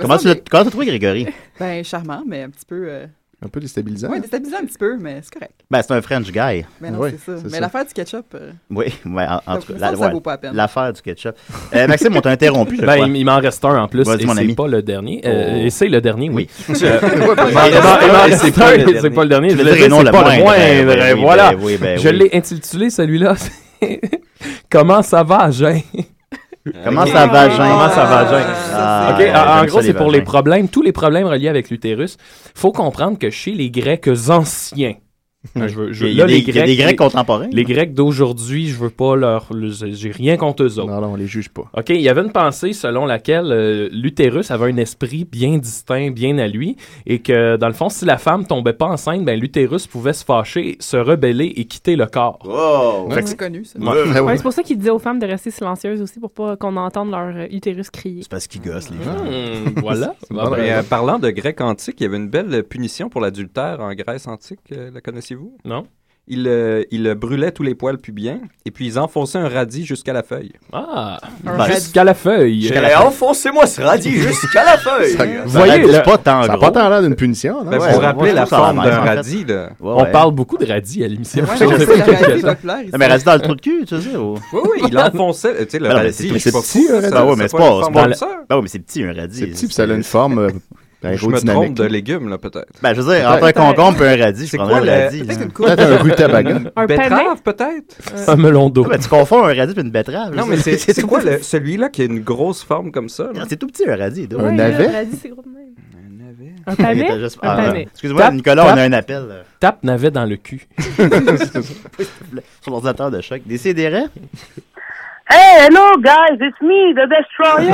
J: Comment
Q: Me
J: tu l'as
Q: semble-
J: comment t'as trouvé, Grégory?
Q: Ben, charmant, mais un petit peu. euh,
K: Un peu déstabilisant.
Q: Ouais, déstabilisant un petit peu, mais c'est correct.
J: Ben, c'est un French guy.
Q: Mais non, c'est ça. Mais
K: ça.
Q: l'affaire du ketchup. euh,
J: Oui, ouais, en, en tout cas, la-
Q: Ça, ça
J: ouais,
Q: vaut pas la peine.
J: l'affaire du ketchup. Euh, Maxime, on t'a interrompu, je
N: Ben,
J: crois.
N: il, il m'en reste un en plus.
J: Vas-y,
N: Et
J: mon ami. Oh,
N: c'est pas le dernier. Euh, Et c'est le dernier, oui.
J: Oui.
N: Euh,
J: Ouais,
N: il m'en-
J: ouais,
N: il m'en reste
J: c'est pas
N: un,
J: le dernier.
N: [LAUGHS] C'est pas le dernier.
J: Tu
N: Je
J: veux
N: l'ai
J: dire,
N: dit,
J: non, le
N: c'est pas le
J: moindre. Ben
N: moindre.
J: oui, ben
N: Voilà.
J: oui, ben
N: Je
J: oui.
N: l'ai intitulé celui-là. [LAUGHS] c'est Comment ça va, Jean?
J: Comment ça va, Jean?
N: Comment ça va, Jean?
J: Ah,
N: Ok,
J: ouais,
N: en- en
J: j'aime
N: gros,
J: ça, les
N: c'est pour
J: vagins.
N: les problèmes, tous les problèmes reliés avec l'utérus. Faut comprendre que chez les Grecs anciens, hein, je veux- je veux-
J: Hmm. Il y a
N: là,
J: des-
N: les
J: il y a des Grecs contemporains.
N: Les Grecs d'aujourd'hui, je veux pas leur, le- j'ai rien contre eux autres.
K: Non, non, on les juge pas.
N: OK, il y avait une pensée selon laquelle euh, l'utérus avait un esprit bien distinct, bien à lui, et que dans le fond, si la femme tombait pas enceinte, ben l'utérus pouvait se fâcher, se rebeller et quitter le corps.
J: Wow!
N: Fait que
Q: c'est connu, ça.
N: Ouais.
L: Ouais, c'est pour ça qu'il dit aux femmes de rester silencieuses aussi pour pas qu'on entende leur euh, utérus crier.
J: C'est parce qu'ils gossent, les Hmm,
N: gens. [LAUGHS] voilà.
P: Ah, ben, euh, parlant de grec antique, il y avait une belle punition pour l'adultère en Grèce antique. euh, la connaissez-vous?
N: Non.
P: Ils euh, ils brûlaient tous les poils pubiens et puis ils enfonçaient un radis jusqu'à la feuille.
N: Ah!
P: Ben,
N: Ben, jusqu'à la feuille.
P: Jusqu'à la feuille.
M: Enfoncez-moi ce
P: [LAUGHS]
M: radis jusqu'à la feuille.
K: Ça-
N: Voyez,
K: ça
N: le-
K: pousse pas tant,
N: ça a
J: Ah,
K: gros.
N: pas
K: pas tant l'air d'une punition.
N: Ben, pour rappeler la forme d'un radis,
P: là.
N: On parle beaucoup de radis à l'émission.
K: Ouais, je sais, le radis est populaire ici. Non, mais radis dans le trou de
J: cul, tu sais. Oui,
P: oui, il enfonçait. Tu sais, le
J: Ben non, mais
P: radis,
J: c'est-
P: je
J: C'est
P: sais pas
J: petit,
P: fou,
J: un radis.
P: ça,
J: Ah ouais, mais c'est
P: une
J: pas.
P: forme
J: pas-
P: de ça.
J: Ben oui, mais c'est petit, un radis.
K: C'est petit, puis ça a une forme
J: [LAUGHS]
P: Je me
K: euh, aérodynamique.
P: trompe de légumes, là, peut-être.
J: Ben, je veux dire, entre un concombre et un radis, je
P: C'est
J: prendrais
P: quoi
J: un
P: le-
J: radis.
P: Peut-être
J: là.
P: une couche. Peut-être un rutabaga. Un Betterave,
N: peut-être? Un melon
J: [LAUGHS]
N: d'eau.
J: Ah, ben, tu confonds un radis et une betterave.
P: Non,
J: je
P: mais
J: sais.
P: c'est c'est quoi le- celui-là qui a une grosse forme comme ça? là?
J: C'est tout petit, un radis. donc.
P: Un Ouais, navet?
L: Elle a dit, c'est gros de même.
J: Il
L: Un
J: était
L: pavé?
J: juste-
L: Un
J: ah,
L: pavé.
J: Excuse-moi,
N: Tape,
J: Nicolas, on a
N: tape.
J: un appel. euh, là.
N: Tape navet dans le cul.
J: Sur l'ordinateur de choc. Des CDR?
R: [LAUGHS] Hey, hello guys, it's me,
J: [LAUGHS]
R: the Destroyer.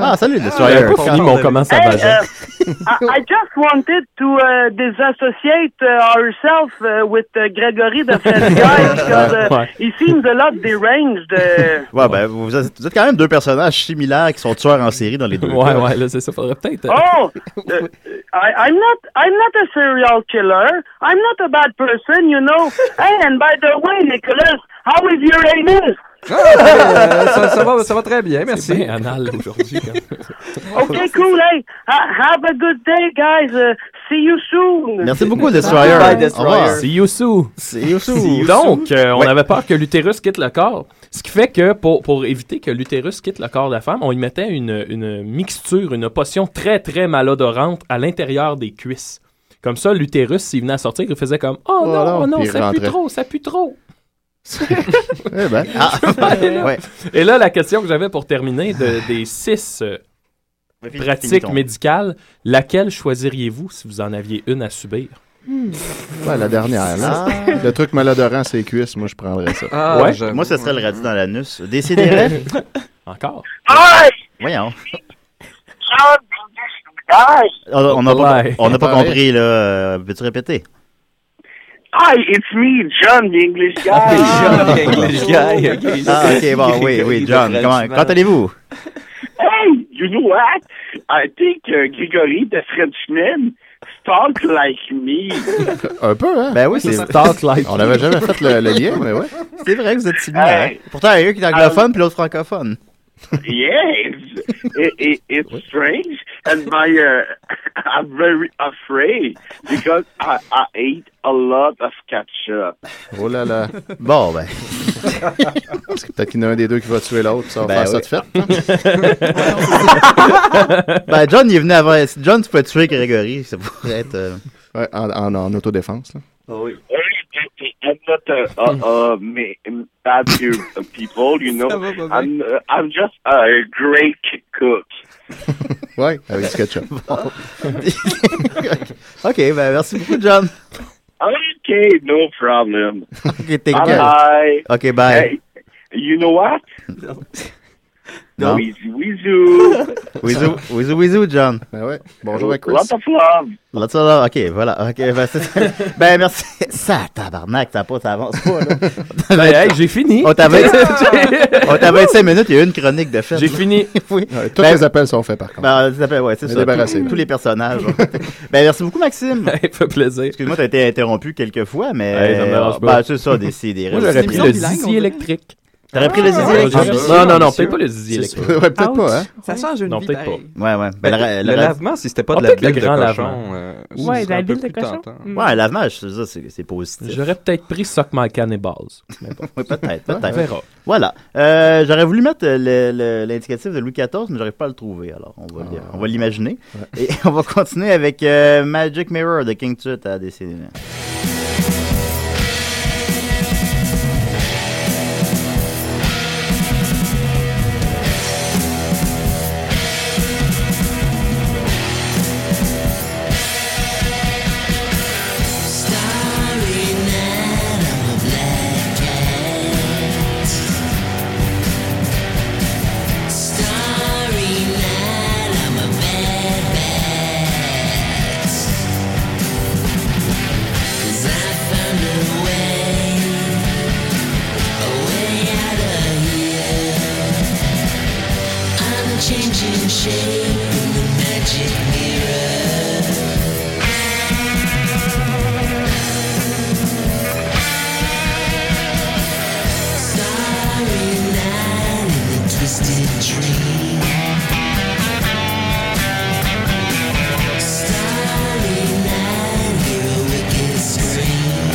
J: Ah, salut, le
N: Ah, j'avais pas fini mon comment ça va,
R: Hey,
N: Jean.
R: uh, I, I just wanted to uh, disassociate uh, ourselves uh, with uh, Gregory the
N: [LAUGHS]
R: French guy because uh,
J: Ouais.
R: he seems a lot deranged. Uh,
J: Ouais, ben, vous êtes, vous êtes quand même deux personnages similaires qui sont tueurs en série dans les deux.
N: Ouais, ouais, là, c'est ça. Faudrait peut-être. [LAUGHS]
R: oh, uh, I, I'm not. I'm not a serial killer. I'm not a bad person, you know.
N: [LAUGHS]
R: Hey, and by the way, Nicholas, how is your anus?
P: Euh,
N: [LAUGHS]
P: ça, ça va, ça va très bien, merci.
N: bien
P: [LAUGHS]
N: anal aujourd'hui.
R: [LAUGHS] Okay, cool. Hey, ha- have a good day, guys. Uh, see you soon.
J: Merci beaucoup, Destroyer.
N: Bye,
J: Au revoir.
N: See you soon.
J: See you soon.
N: Donc, euh, on avait peur que l'utérus quitte le corps. Ce qui fait que, pour, pour éviter que l'utérus quitte le corps de la femme, on y mettait une, une mixture, une potion très, très malodorante à l'intérieur des cuisses. Comme ça, l'utérus, s'il venait à sortir, il faisait comme « Oh
I: Voilà.
N: non, oh non,
I: Puis il
N: ça pue
I: rentrait.
N: trop, ça pue trop! »
K: Eh ben.
N: et, là, et là, la question que j'avais pour terminer de- des six euh,
J: Mais finis- finis
N: pratiques
J: ton.
N: médicales, laquelle choisiriez-vous si vous en aviez une à subir?
K: Ouais, la dernière. là.
J: Ah.
K: Le truc malodorant, c'est les cuisses. Moi, je prendrais ça.
J: Ah, Ouais. j'avoue. [LAUGHS] Moi, ce serait le radis dans l'anus. Décidérez.
N: Encore?
J: Voyons.
R: Guys.
J: On on n'a pas,
N: Ouais.
J: on n'a pas
N: Ouais.
J: compris, là. Euh, Peux-tu répéter?
R: Hi, it's me, John, the English
I: Ah,
R: guy.
J: John, the English guy. Okay. Ah, ok, bon, oui,
K: [LAUGHS]
J: oui, John. Comment, quand allez-vous?
R: Hey, you know what? I think uh, Grigory, the Frenchman, talk like me.
K: Un peu, hein?
J: Ben oui, c'est
K: Talk like- On n'avait jamais fait le- le lien, mais ouais. Ah,
J: C'est vrai que vous êtes similaires. hein? Pourtant, il y a un qui est anglophone puis l'autre francophone.
R: yeah,
O: it, it, it's strange, and my uh, [LAUGHS] I'm very afraid because I, I ate a lot of ketchup.
K: Oh là [LAUGHS] là.
J: Bon, ben.
K: Parce que peut-être qu'il y en a un des deux qui va tuer l'autre, ça va
J: Ben
K: faire ça de hein.
J: [LAUGHS] fait. ben, John, il est venu avant. John, tu peux tuer Grégory, ça pourrait être. euh,
K: Ouais, en, en, en autodéfense. Là.
O: I'm not a, a, a ma- bad pe- people,
K: [LAUGHS]
O: you know. I'm uh, I'm just a great cook.
K: Ouais, avec
O: [LAUGHS]
K: du ketchup.
J: [LAUGHS] ok, ben, merci beaucoup, John.
O: Okay, no problem.
J: Ok, take
O: bye
J: care.
O: bye.
J: Ok, bye.
O: Hey, you know what?
J: Non.
O: Wheezy, wheezy.
J: Wizou, wizou, wizou, John.
K: Ben ouais. Bonjour à Chris.
O: Lot of love.
K: [LAUGHS]
J: Lots of love. OK, voilà. OK, ben,
O: [LAUGHS]
J: c'est- ben, merci. Ça, tabarnak, t'as pas, t'avances pas, là.
N: [LAUGHS] Ben, hey, j'ai fini.
J: On t'avait
N: [LAUGHS]
J: on t'avait 25 minutes, il y a eu une chronique de fait.
N: J'ai fini.
J: [LAUGHS] oui.
K: Ouais, tous les appels sont faits, par contre.
J: Ben, les appels, ouais, c'est
K: On est
J: ça.
K: débarrassé,
J: tous,
K: là.
J: tous les personnages. ont été- ben, merci beaucoup, Maxime. Ça
N: fait plaisir.
J: Excuse-moi, t'as été interrompu quelques fois, mais.
N: Hey, ça me dérange pas.
J: Ben, c'est ça, des CDR.
N: Moi, j'aurais pris le zizi électrique.
J: T'aurais pris le zizi électrique?
N: Non, non, non, peut-être pas le zizi
J: C'est
N: électrique.
J: sûr. Ouais, peut-être pas, hein.
Q: Ça change une
N: Non,
Q: vie
N: peut-être pas.
Q: pareille.
J: Ouais, ouais. Ben,
P: Ben,
J: ra-
P: le
J: ra-
P: lavement, si c'était pas de
J: Ah,
P: la
J: peut-être
P: bile
J: le
P: de
J: grand
P: cochon,
J: lavement.
P: euh,
N: Ouais, ce de serait la un peu bile de plus cochon. tentant. Mm.
J: Ouais, le lavement, je- ça, c'est c'est positif.
N: J'aurais peut-être pris Suck My Cannibals. Mais bon.
J: Oui, peut-être,
N: [LAUGHS] On
J: peut-être.
N: verra.
J: Voilà. Euh, j'aurais voulu mettre le- le- l'indicatif de Louis XIV, mais j'arrive pas à le trouver. Alors, on va, le-
N: Ah.
J: on va l'imaginer. Et [LAUGHS] on va continuer avec euh, Magic Mirror de King Tut à décider.
I: Changing shape in the magic mirror. Starry night in the twisted dream. Starry night, hear a wicked scream.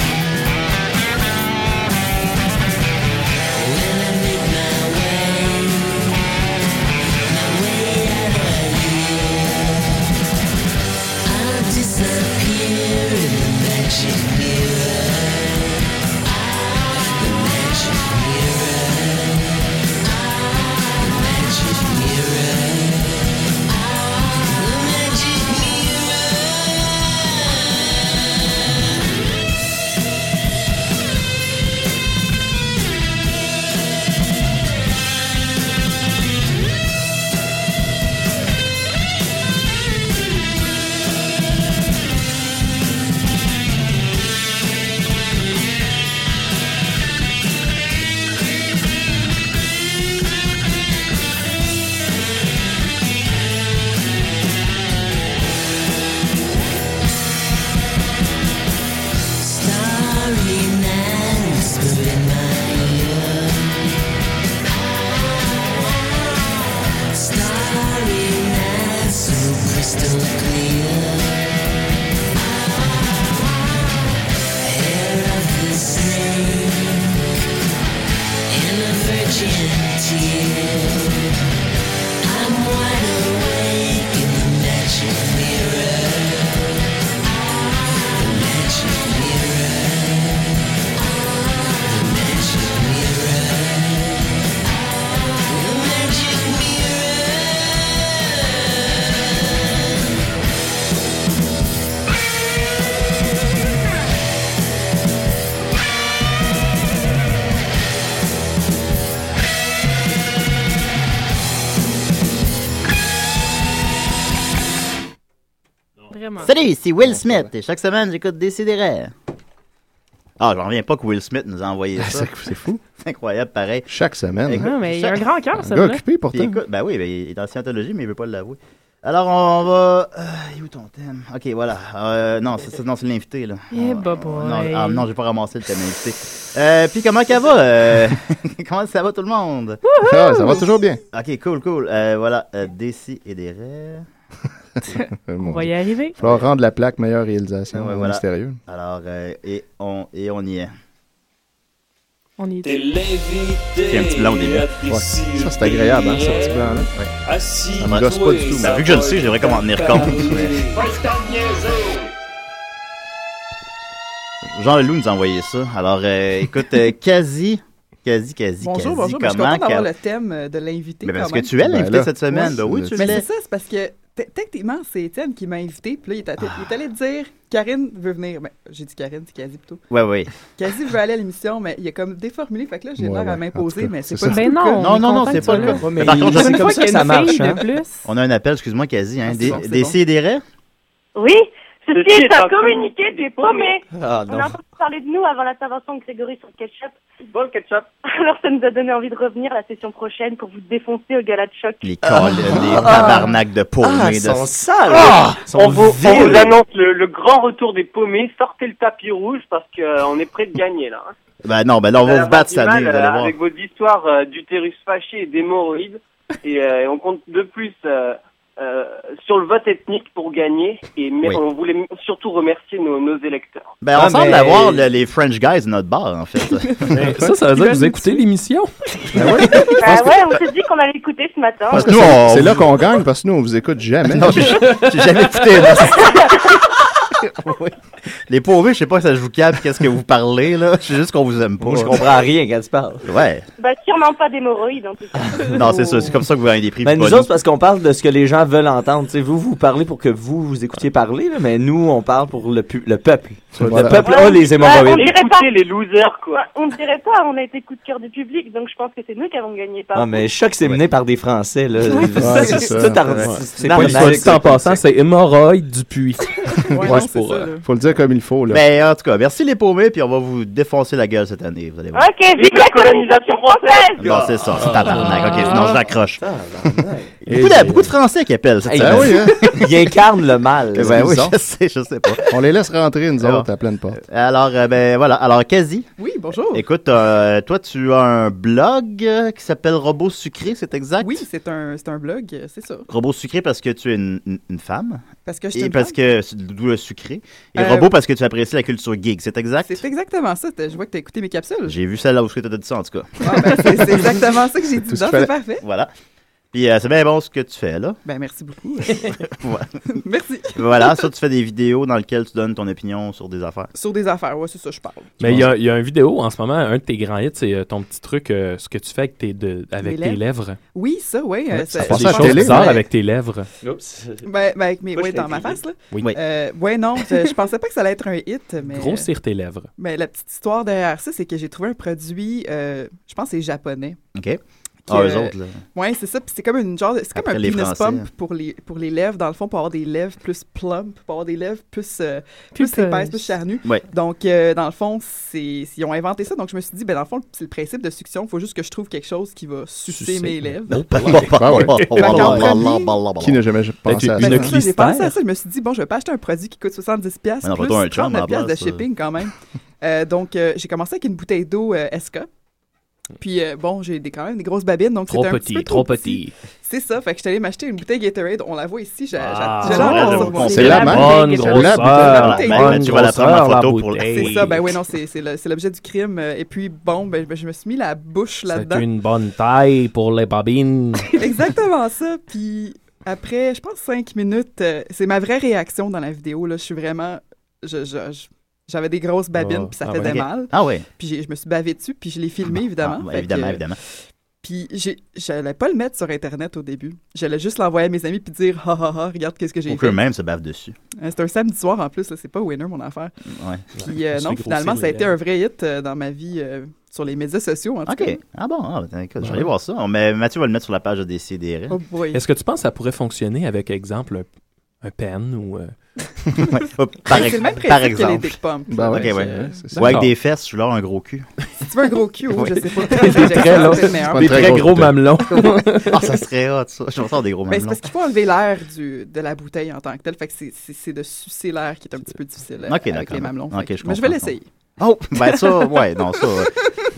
I: When I make my way, my way out of here, I'll disappear in the magic mirror. The magic mirror. The magic mirror. The magic mirror. Starry night, whisper in my ear. Starry night, so crystal clear. Hair of the snake and a virgin tear. I'm wide awake in the magic mirror. The magic mirror. The magic mirror. The magic
L: Vraiment.
J: Salut, c'est Will Smith. Et chaque semaine, j'écoute Décideret. Ah, j'en reviens pas que Will Smith nous a envoyé ça.
K: C'est fou.
J: [LAUGHS] C'est incroyable, pareil.
K: Chaque semaine.
J: Écoute,
L: Non, Ah, mais il a un grand cœur,
J: Un
L: ce
J: gars
L: gars-là.
K: occupé, pourtant.
J: Puis écoute, ben oui, ben, il est en scientologie, mais il veut pas l'avouer. Alors, on va. euh, il est où ton thème? Ok, voilà. Euh, non, c'est, c'est- non, c'est l'invité, là.
L: Eh,
J: On-
L: bah,
J: on-
L: boy.
J: Non, ah, non, j'ai pas ramassé le thème invité. Euh, Puis, comment ça va? euh, [LAUGHS] comment ça va, tout le monde?
K: Ah, ça va toujours bien.
J: Ok, cool, cool. Euh, voilà, euh, Décis et des rêves.
K: On
L: va y arriver.
K: Il faut rendre la plaque meilleure réalisation.
J: Ouais,
K: Ouais,
J: voilà.
K: Mystérieux.
J: Alors, euh, et, on, et on y est.
L: On y
I: T'es l'invité.
J: C'est un petit blanc au début.
K: Ouais. Ça, c'est agréable, hein, ce petit blanc-là.
I: Ouais.
J: Ça me gosse pas du tout. mais vu que je le sais, je devrais comme en tenir compte. mais- Jean Leloup nous a envoyé ça. Alors, euh, écoute, [LAUGHS] euh, quasi, quasi, quasi, quasi,
Q: Bonjour, bonjour. Ben, je suis
J: comment...
Q: contente d'avoir
J: qu'a-
Q: le thème euh, de l'invité.
J: Mais parce que
Q: quand même.
J: tu es l'invité Ben là, cette semaine. ouais, Ben oui, c'est- tu
Q: Mais
J: l'es.
Q: c'est ça, c'est parce que te- techniquement, c'est Étienne qui m'a invité. Puis là, il est, atta- il est allé dire Karine veut venir. Ben, j'ai dit Karine, c'est Kazi plutôt.
J: Ouais, ouais.
Q: Kazi veut aller à l'émission, mais il a comme déformulé. Fait que là, j'ai
J: Ouais,
Q: l'air
J: ouais,
Q: à
J: en
Q: m'imposer,
J: tout cas,
Q: mais c'est
J: c'est
Q: pas
J: ça.
Q: du tout
J: Ben
Q: le
J: non,
Q: cas.
J: non, non, c'est pas le cas. Mais par contre, je sais comme ça, ça marche, hein. On a un appel, excuse-moi, quasi, hein. Des,
Q: bon, c'est
J: des
Q: bon.
J: si et des raies?
A: Oui,
I: Ceci
A: ceci est
I: est
A: un
I: un
A: communiqué des promets.
J: Ah,
A: On a entendu parler de nous avant l'intervention de Grégory sur le ketchup. Bon, ketchup. Alors, ça nous a donné envie de revenir la session prochaine pour vous défoncer au gala de choc.
J: Les cols, les tabarnak de paumés.
A: Ah,
J: de...
A: ils sont
M: sales.
A: Ah,
J: Ils sont
A: on vous-
J: vils.
A: on vous
S: annonce le, le grand retour des paumés. Sortez le tapis rouge parce qu'on est prêt de gagner là. hein.
J: Ben non, ben là, on
S: Ça
J: va
S: va
J: vous battre
S: du
J: cette
S: mal,
J: année, vous
S: euh,
J: allez voir.
S: Avec vos histoires euh, d'utérus fâché et d'hémorroïdes. Et euh, on compte de plus euh, euh, sur le vote ethnique pour gagner. Et mais
J: Oui.
S: on voulait m- surtout remercier nos, nos électeurs.
J: Ben, on semble avoir le- les French guys de notre bar, en fait.
S: ça, ça veut dire que vous
J: écoutez
N: l'émission?
A: Bah ouais, on s'est dit qu'on allait écouter ce matin.
K: Parce que c'est- c'est là qu'on gagne parce que nous, on vous écoute jamais.
J: Ah Non, j'ai j'ai jamais écouté. là. [LAUGHS] Oui. Les pauvres, je sais pas si ça joue câble, qu'est-ce que vous parlez, là. C'est juste qu'on vous aime pas.
M: Moi, je comprends rien quand tu parles.
J: Ouais.
A: Bah, sûrement pas d'hémorroïdes, en tout cas.
J: Non, c'est ça. C'est comme ça que vous gagnez des
Q: Ben,
J: prix.
M: Mais
J: de
M: nous
J: bonus.
M: autres, parce qu'on parle de ce que les gens veulent entendre. Tu sais, vous, vous parlez pour que vous vous écoutiez parler, là, mais nous, on parle pour le, pu- le peuple. Le
J: Voilà.
M: peuple a les
A: Bah, on
M: hémorroïdes.
A: dirait pas.
S: les losers, quoi.
A: On dirait pas, on a été coup de cœur du public, donc je pense que c'est nous qui avons gagné. Par
M: Ah, mais choc, c'est mené par des Français, là.
K: Ouais, c'est ça.
M: tout ardi-
K: Ouais.
M: c'est
N: Soit
M: l'arnaque.
N: dit en passant, c'est hémorroïde du puits. [LAUGHS]
K: Ouais,
N: Ouais,
K: non,
N: c'est pour, euh,
K: Faut le dire comme il faut, là.
J: Mais Ben, en tout cas, merci les paumés, puis on va vous défoncer la gueule cette année. Vous allez voir.
A: Ok, vive la colonisation française!
J: Non, c'est ça, c'est tabarnak. Ok, sinon j'accroche. Beaucoup
K: Et-
J: de, beaucoup de Français qui appellent cette
K: Hey,
J: semaine.
K: oui, hein.
M: [LAUGHS] Ils incarnent le mal.
J: Ben
K: C'est
J: oui,
K: bizarre.
J: je sais, je sais pas.
K: On les laisse rentrer, nous
J: Ah bon.
K: autres, à pleine porte.
J: Alors, euh, ben voilà. Alors, quasi.
Q: Oui, bonjour.
J: Écoute, euh, toi, tu as un blog euh, qui s'appelle Robot Sucré, c'est exact?
Q: Oui, c'est un, c'est un blog, euh, c'est ça.
J: Robot Sucré parce que tu es une, une- une femme.
Q: Parce que je suis
J: Et
Q: une
J: parce
Q: femme.
J: que, c'est d'où le sucré. Et
Q: Euh,
J: Robot parce que tu apprécies la culture geek, c'est exact?
Q: C'est exactement ça. T'as- Je vois que tu as écouté mes capsules.
J: J'ai vu celle-là où tu as dit ça, en tout cas.
Q: Ah, ben, c'est c'est exactement ça que [LAUGHS] j'ai dit.
J: Tout ce
Q: Non,
J: qu'il fallait.
Q: C'est parfait.
J: Voilà. Puis euh, c'est bien bon ce que tu fais, là.
Q: Ben, merci beaucoup.
J: Voilà.
Q: Merci.
J: Voilà, ça, tu fais des vidéos dans lesquelles tu donnes ton opinion sur des affaires.
Q: Sur des affaires, ouais, c'est ça, je parle.
N: Mais il y a, il y a une vidéo en ce moment, un de tes grands hits, c'est euh, ton petit truc, euh, ce que tu fais avec tes, de- avec
Q: Mes
N: tes
Q: lèvres.
N: lèvres.
Q: Oui, ça, oui. euh,
N: Ouais,
Q: ça-
N: tu fais
Q: je
N: des
Q: pense
N: choses
Q: que-
N: bizarres avec tes lèvres.
Q: Ben, ben, avec mes,
M: Moi,
Q: ouais,
M: je l'ai
Q: dans ma
M: essayé.
Q: face, là.
N: Oui.
Q: Euh, ouais, non, je, je pensais pas que ça allait être un hit, mais... euh,
N: Grossir tes lèvres.
Q: Mais la petite histoire derrière ça, c'est que j'ai trouvé un produit, euh, je pense que c'est japonais.
J: OK. Ah, eux autres, là.
Q: Oui, c'est ça. Puis c'est comme une genre, de- c'est comme
J: Après
Q: un
J: les
Q: penis
J: Français,
Q: pump
J: hein.
Q: pour les pour les lèvres dans le fond pour avoir des lèvres plus plump, pour avoir des lèvres plus euh, plus épaisses, plus charnues.
J: Ouais.
Q: Donc euh, dans le fond, c'est ils ont inventé ça. Donc je me suis dit ben dans le fond, c'est le principe de succion, il faut juste que je trouve quelque chose qui va sucer,
K: Sucer.
Q: mes lèvres.
K: Oh, bah, bah, bah, ouais.
Q: [LAUGHS] Fait qu'en premier-
K: Qui n'a jamais pensé à ça?
Q: Ben, c'est ça, J'ai pensé à ça, je me suis dit, bon, je vais pas acheter un produit qui coûte 70$
K: Mais non,
Q: plus
K: fais-toi un chum à la
Q: 39$ piastres de
K: place, ça.
Q: shipping quand même. Euh, donc, euh, j'ai commencé avec une bouteille d'eau euh, SK. Puis, euh, bon, j'ai des, quand même des grosses babines, donc
N: Trop
Q: c'était un
N: petit,
Q: petit peu
N: trop petit.
Q: C'est ça, fait que je suis allé m'acheter une bouteille Gatorade. On la voit ici, j'ai
N: Ah,
Q: j'ai- j'ai
N: ouais,
Q: l'envie
N: je
Q: sur
N: vous
Q: moi.
N: conseille la bonne
Q: bouteille
N: grosseur,
Q: Gatorade. La
N: la
Q: bouteille
N: bonne
Q: d'eau.
N: Ben, tu vas la prendre en grosseur, la photo pour la- bouteille.
Q: C'est ça, ben oui, non, c'est c'est le- c'est l'objet du crime. euh, Et puis, bon, ben, je me suis mis la bouche là-dedans.
N: C'est une bonne taille pour les babines.
Q: Exactement ça. Puis après, je pense cinq minutes, euh, c'est ma vraie réaction dans la vidéo. Là. Je suis vraiment. je- je- je- j'avais des grosses babines,
J: Ah,
Q: puis ça
J: ah
Q: faisait
J: ouais.
Q: mal.
J: Ah ouais.
Q: Puis j'ai- je me suis bavé dessus, puis je l'ai filmé, évidemment.
J: Ah, ouais,
Q: Fait que,
J: évidemment,
Q: euh,
J: évidemment.
Q: Puis j'ai- j'allais pas le mettre sur Internet au début. J'allais juste l'envoyer à mes amis, puis dire Ha ha ha, regarde qu'est-ce que j'ai
J: Ou
Q: fait.
J: qu'eux-mêmes se bavent dessus.
Q: Euh, C'est un samedi soir en plus, là, c'est pas winner mon affaire.
J: Ouais.
Q: Puis euh, non, finalement, ça a été un vrai hit euh, dans ma vie euh, sur les médias sociaux, en tout
J: OK.
Q: cas.
J: Ah bon, ah, ben, écoute, je vais
Q: Ouais.
J: aller voir ça. On met- Mathieu va le mettre sur la page de DCDR.
Q: Oh boy.
N: Est-ce que tu penses que ça pourrait fonctionner avec, exemple, un, un pen ou. euh, [LAUGHS]
J: Ouais, par,
N: Mais c'est
J: ex-
N: le même
J: par
N: principe que les
J: exemple.
N: dick pumps, là,
J: Ben ouais,
N: ouais,
J: ok, ouais.
N: c'est- c'est
J: Ou avec
N: ça. [LAUGHS]
J: des fesses, je suis là un gros cul.
Q: Si tu veux un gros cul,
J: Oui.
Q: je sais pas.
J: Des très longs-
Q: C'est le meilleur.
J: pas une
N: Des très
J: grosse
N: gros
J: bouteille.
N: mamelons.
J: ah, ça serait hot, ça. Je vais faire des gros
Q: Ben, c'est
J: mamelons.
Q: parce qu'il faut enlever l'air du- de la bouteille en tant que tel. Fait que c'est- c'est c'est de sucer l'air qui est un petit peu difficile euh,
J: Ok,
Q: avec
J: d'accord.
Q: les mamelons.
J: Ok,
Q: Fait que-
J: je
Q: mais je vais
J: comprends.
Q: l'essayer.
J: Oh, ben
Q: [LAUGHS]
J: ça, ouais, non, ça. euh,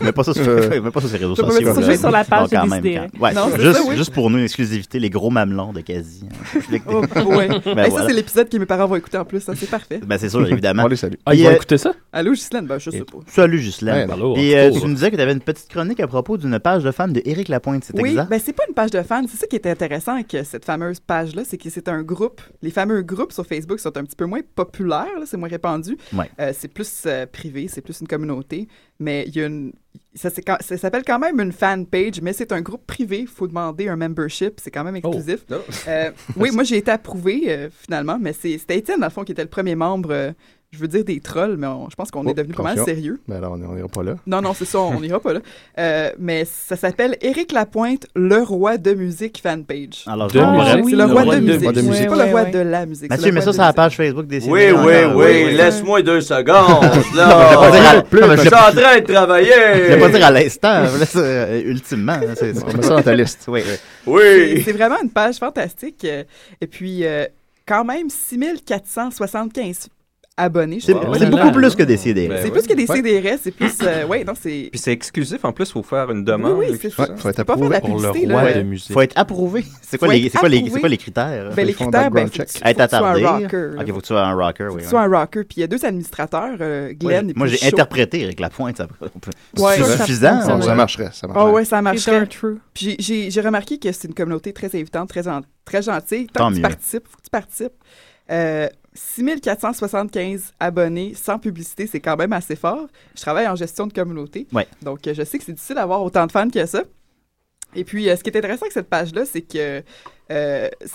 J: Mais pas ça sur,
K: Euh,
J: [LAUGHS] mais pas ça sur les réseaux
Q: je peux
J: sociaux.
Q: mettre ça
J: là.
Q: juste sur la page
J: Non,
Q: de
J: quand même,
Q: Décidéré.
J: quand- ouais,
Q: Non, c'est
J: juste,
Q: ça, oui.
J: juste pour nous, une exclusivité, les gros mamelons de quasi. hein.
Q: [LAUGHS]
J: [LAUGHS]
Q: Oh, ouais.
J: Ben
Q: Ben, Ça,
J: voilà.
Q: c'est l'épisode que mes parents vont écouter en plus. ça, C'est parfait.
J: Ben c'est sûr, évidemment.
K: On les salue.
N: Ah, ils
J: Puis,
N: vont
J: euh,
N: écouter ça?
Q: Allô, Ghislaine? Ben, je sais pas.
J: Salut, Ghislaine.
Q: Ben, allô,
J: Puis
Q: en
J: euh,
Q: tout
J: tu
Q: cas.
J: nous disais que tu avais une petite chronique à propos d'une page de fans de Éric Lapointe, c'est
Q: Oui,
J: exact?
Q: ben c'est pas une page de fans. C'est ça qui est intéressant avec euh, cette fameuse page-là, c'est que c'est un groupe. Les fameux groupes sur Facebook sont un petit peu moins populaires, là, c'est moins répandu.
J: Ouais.
Q: Euh, c'est plus euh, privé, c'est plus une communauté. Mais il y a une... Ça, c'est quand- ça s'appelle quand même une fan page, mais c'est un groupe privé. Il faut demander un membership. C'est quand même exclusif. Euh, oui, moi, j'ai été approuvé euh, finalement, mais c'est- c'était Étienne, dans le fond, qui était le premier membre. euh, je veux dire des trolls, mais on- je pense qu'on est devenu pas mal
K: Attention.
Q: sérieux.
K: Ben alors, on on ira pas là.
Q: Non, non, c'est ça, on n'ira pas là. Euh, mais ça s'appelle Éric Lapointe, le roi de musique fanpage.
J: Alors,
Q: je
J: je comprends.
Q: Ah, c'est le roi de musique.
J: Roi de musique.
Q: C'est pas le roi de la musique.
J: Mathieu, mets ça Ah, sur la page Facebook des hein, euh,
C: Oui, oui, oui,
J: [LAUGHS]
C: laisse-moi deux secondes.
Q: [LAUGHS]
C: là.
J: Je vais pas dire à-
C: je suis en train de
J: Je vais pas dire à
C: travailler.
J: l'instant, [LAUGHS] mais là, c'est, euh, ultimement. là, c'est-
K: On met ça dans ta liste.
J: Oui, oui.
Q: Oui. C'est vraiment une page fantastique. euh, Et puis, euh, quand même, 6475 abonnés. je
J: C'est
Q: sais pas.
J: c'est beaucoup plus que des CD.
Q: C'est plus que des CDRS, c'est plus. euh, ouais, non, c'est.
P: Puis c'est exclusif, en plus, faut faire une demande.
Q: Oui, oui,
P: et
Q: c'est
P: tout
Q: ça.
P: ça.
Q: Tu peux pas faire de la publicité, là. Ouais.
J: Faut être approuvé. C'est quoi,
Q: Faut
J: les,
Q: être
J: c'est quoi, les,
Q: approuvé.
J: c'est quoi les critères?
Q: Ben, les Faut qu'ils font critères, ben, background faut que- check. faut
J: Être
Q: que tu sois un
J: attardé.
Q: rocker, là.
J: Ok, faut que tu sois un rocker, oui.
Q: que tu
J: ouais.
Q: sois un rocker. Puis il y a deux administrateurs, euh, Glenn
J: Ouais,
Q: et
J: Moi,
Q: puis
J: j'ai
Q: Shaw.
J: interprété avec la pointe. ça- on peut-
Q: Ouais.
J: C'est suffisant. hein.
K: Ça fonctionne. Ça marcherait, ça marcherait.
Q: Ah ouais, ça
L: C'est un
Q: marcherait.
L: true.
Q: Puis j'ai- j'ai j'ai remarqué que c'est une communauté très invitante, très, gen- très gentille. Tant,
J: Tant
Q: que tu
J: mieux.
Q: participes, faut que tu participes. Euh, 6475 abonnés sans publicité, c'est quand même assez fort. Je travaille en gestion de communauté.
J: Ouais.
Q: Donc, euh, je sais que c'est difficile d'avoir autant de fans que ça. Et puis, euh, ce qui est intéressant avec cette page-là, c'est que euh, c-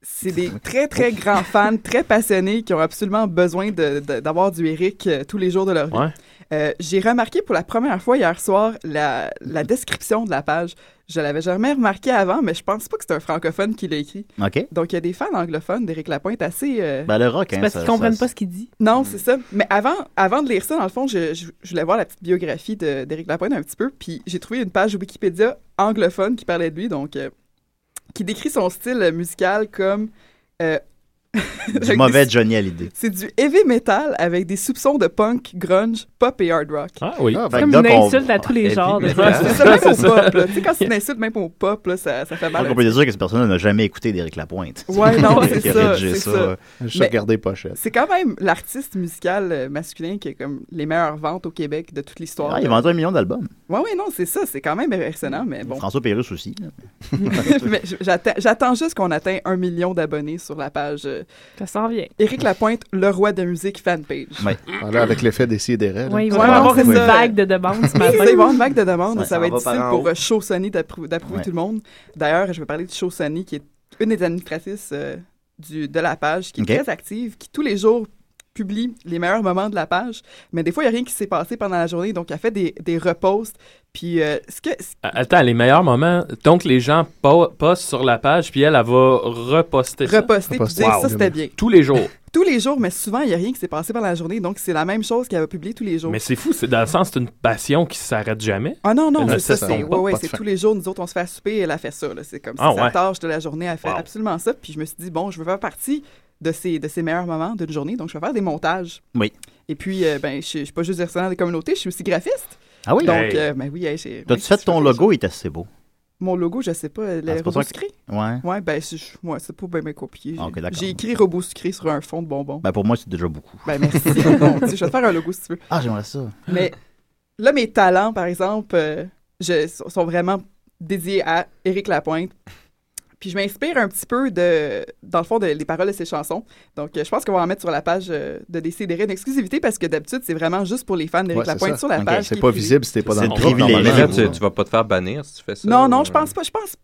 Q: c'est des très, très grands fans, très passionnés, qui ont absolument besoin de- de- d'avoir du Eric euh, tous les jours de leur vie.
N: Ouais.
Q: Euh, J'ai remarqué pour la première fois hier soir la, la description de la page. Je l'avais jamais remarqué avant, mais je pense pas que c'est un francophone qui l'a écrit.
J: OK.
Q: Donc, il y a des fans anglophones d'Éric Lapointe assez... euh,
J: Ben, le rock, hein, ça- ça-
Q: ce qu'il dit. Non, c'est ça. Mais avant, avant de lire ça, dans le fond, je, je- je voulais voir la petite biographie de- d'Éric Lapointe un petit peu. Puis j'ai trouvé une page Wikipédia anglophone qui parlait de lui, donc euh, qui décrit son style musical comme. euh, [LAUGHS] avec
J: Du
Q: des-
J: mauvais Johnny Hallyday.
Q: C'est du heavy metal avec des soupçons de punk, grunge, pop et hard rock.
N: Ah oui.
J: Ah, Fait comme que donc, une on- insulte
N: à tous les genres, de-
J: euh,
Q: c'est ça, même au pop. là. Tu sais, quand c'est une insulte, même au pop, là, ça, ça fait mal.
J: Donc, on peut dire que cette personne n'a jamais écouté d'Éric Lapointe. [LAUGHS]
Q: Ouais, non,
J: Qui a
Q: c'est ça,
J: rédigé
Q: c'est ça.
K: Juste
Q: Mais-
K: regarder les pochettes.
Q: C'est quand même l'artiste musical euh, masculin qui a comme les meilleures ventes au Québec de toute l'histoire.
J: Ah, il a vendu un million d'albums.
Q: Ouais, ouais, non, c'est ça. C'est quand même impressionnant, mais bon.
J: François Pérusse aussi. là.
Q: Mais j- j'attends- J'attends juste qu'on atteigne un million d'abonnés sur la page. Ça s'en vient. Éric Lapointe, le roi de musique fanpage.
J: Ouais.
K: Voilà, avec l'effet des CDR.
L: Ouais, il va avoir une vague de demandes ce
Q: [LAUGHS] Oui, ça,
L: matin.
Q: il va y avoir une vague de demandes.
K: Ça,
Q: Oh, Ça,
K: ça
Q: va
K: va
Q: être
K: par
Q: difficile
K: en
Q: pour
K: haut.
Q: euh, Chaussony d'approu- d'approuver
J: Ouais.
Q: tout le monde. D'ailleurs, je vais parler de Chaussony, qui est une des administratrices euh, du, de la page, qui est
J: Ok.
Q: très active, qui tous les jours publie les meilleurs moments de la page. Mais des fois, il n'y a rien qui s'est passé pendant la journée, donc elle fait des, des reposts. Puis, euh, ce que, ce-
N: Attends, les meilleurs moments. Donc, les gens po- postent sur la page, puis elle, elle va reposter ça.
Q: Reposter, puis dire, ça, c'était bien.
N: Tous les jours.
Q: [LAUGHS] tous les jours, mais souvent, il n'y a rien qui s'est passé pendant la journée, donc c'est la même chose qu'elle va publier tous les jours.
N: Mais c'est fou, c'est dans le sens, c'est une passion qui s'arrête jamais.
Q: Ah non, non,
N: Elle ne
Q: c'est ça, c'est
N: s'estompe pas,
Q: ouais, ouais,
N: pas de
Q: c'est
N: fin.
Q: tous les jours, nous autres, on se fait à souper et elle a fait ça. là. C'est comme
N: Ah
Q: si sa
N: ouais.
Q: tâche de la journée, elle fait absolument ça. Puis je me suis dit, bon, je veux faire partie de ces, de ces meilleurs moments d'une journée, donc je vais faire des montages.
J: Oui.
Q: Et puis, euh, ben, je ne suis pas juste gestionnaire des communautés, je suis aussi graphiste.
J: Ah oui?
Q: Donc,
J: Hey.
Q: euh, ben oui, hey, j'ai-
J: T'as-tu fait ton logo? Il est assez beau.
Q: mon logo, je sais pas, le
J: Ah, c'est pour
Q: robot
J: ça que-
Q: sucré.
J: Ouais.
Q: Ouais, ben, c'est ouais, c'est pas bien bien copié. J'ai-
J: Ah, ok, d'accord.
Q: J'ai écrit robot sucré sur un fond de [LAUGHS] bonbons.
J: Ben, pour moi, c'est déjà beaucoup.
Q: Ben merci. Mon Dieu, je vais te faire un logo si tu veux.
J: Ah, j'aimerais ça.
Q: Mais là, mes talents, par exemple, euh, je, sont- sont vraiment dédiés à Éric Lapointe. Puis je m'inspire un petit peu de, dans le fond, de- des paroles de ses chansons. Donc, euh, je pense qu'on va en mettre sur la page euh, de Décideret une exclusivité parce que d'habitude, c'est vraiment juste pour les fans d'Éric
K: Ouais, c'est
Q: Lapointe
K: ça.
Q: sur la
K: Ok,
Q: page.
K: c'est
Q: qui est
K: pas
Q: privée.
K: visible si t'es pas dans
P: C'est
K: le
P: le
K: groupe,
P: privilège.
K: normalement.
M: euh,
P: Mais là, tu, tu vas pas te faire bannir si tu fais ça.
Q: Non, non, je pense pas. Je pense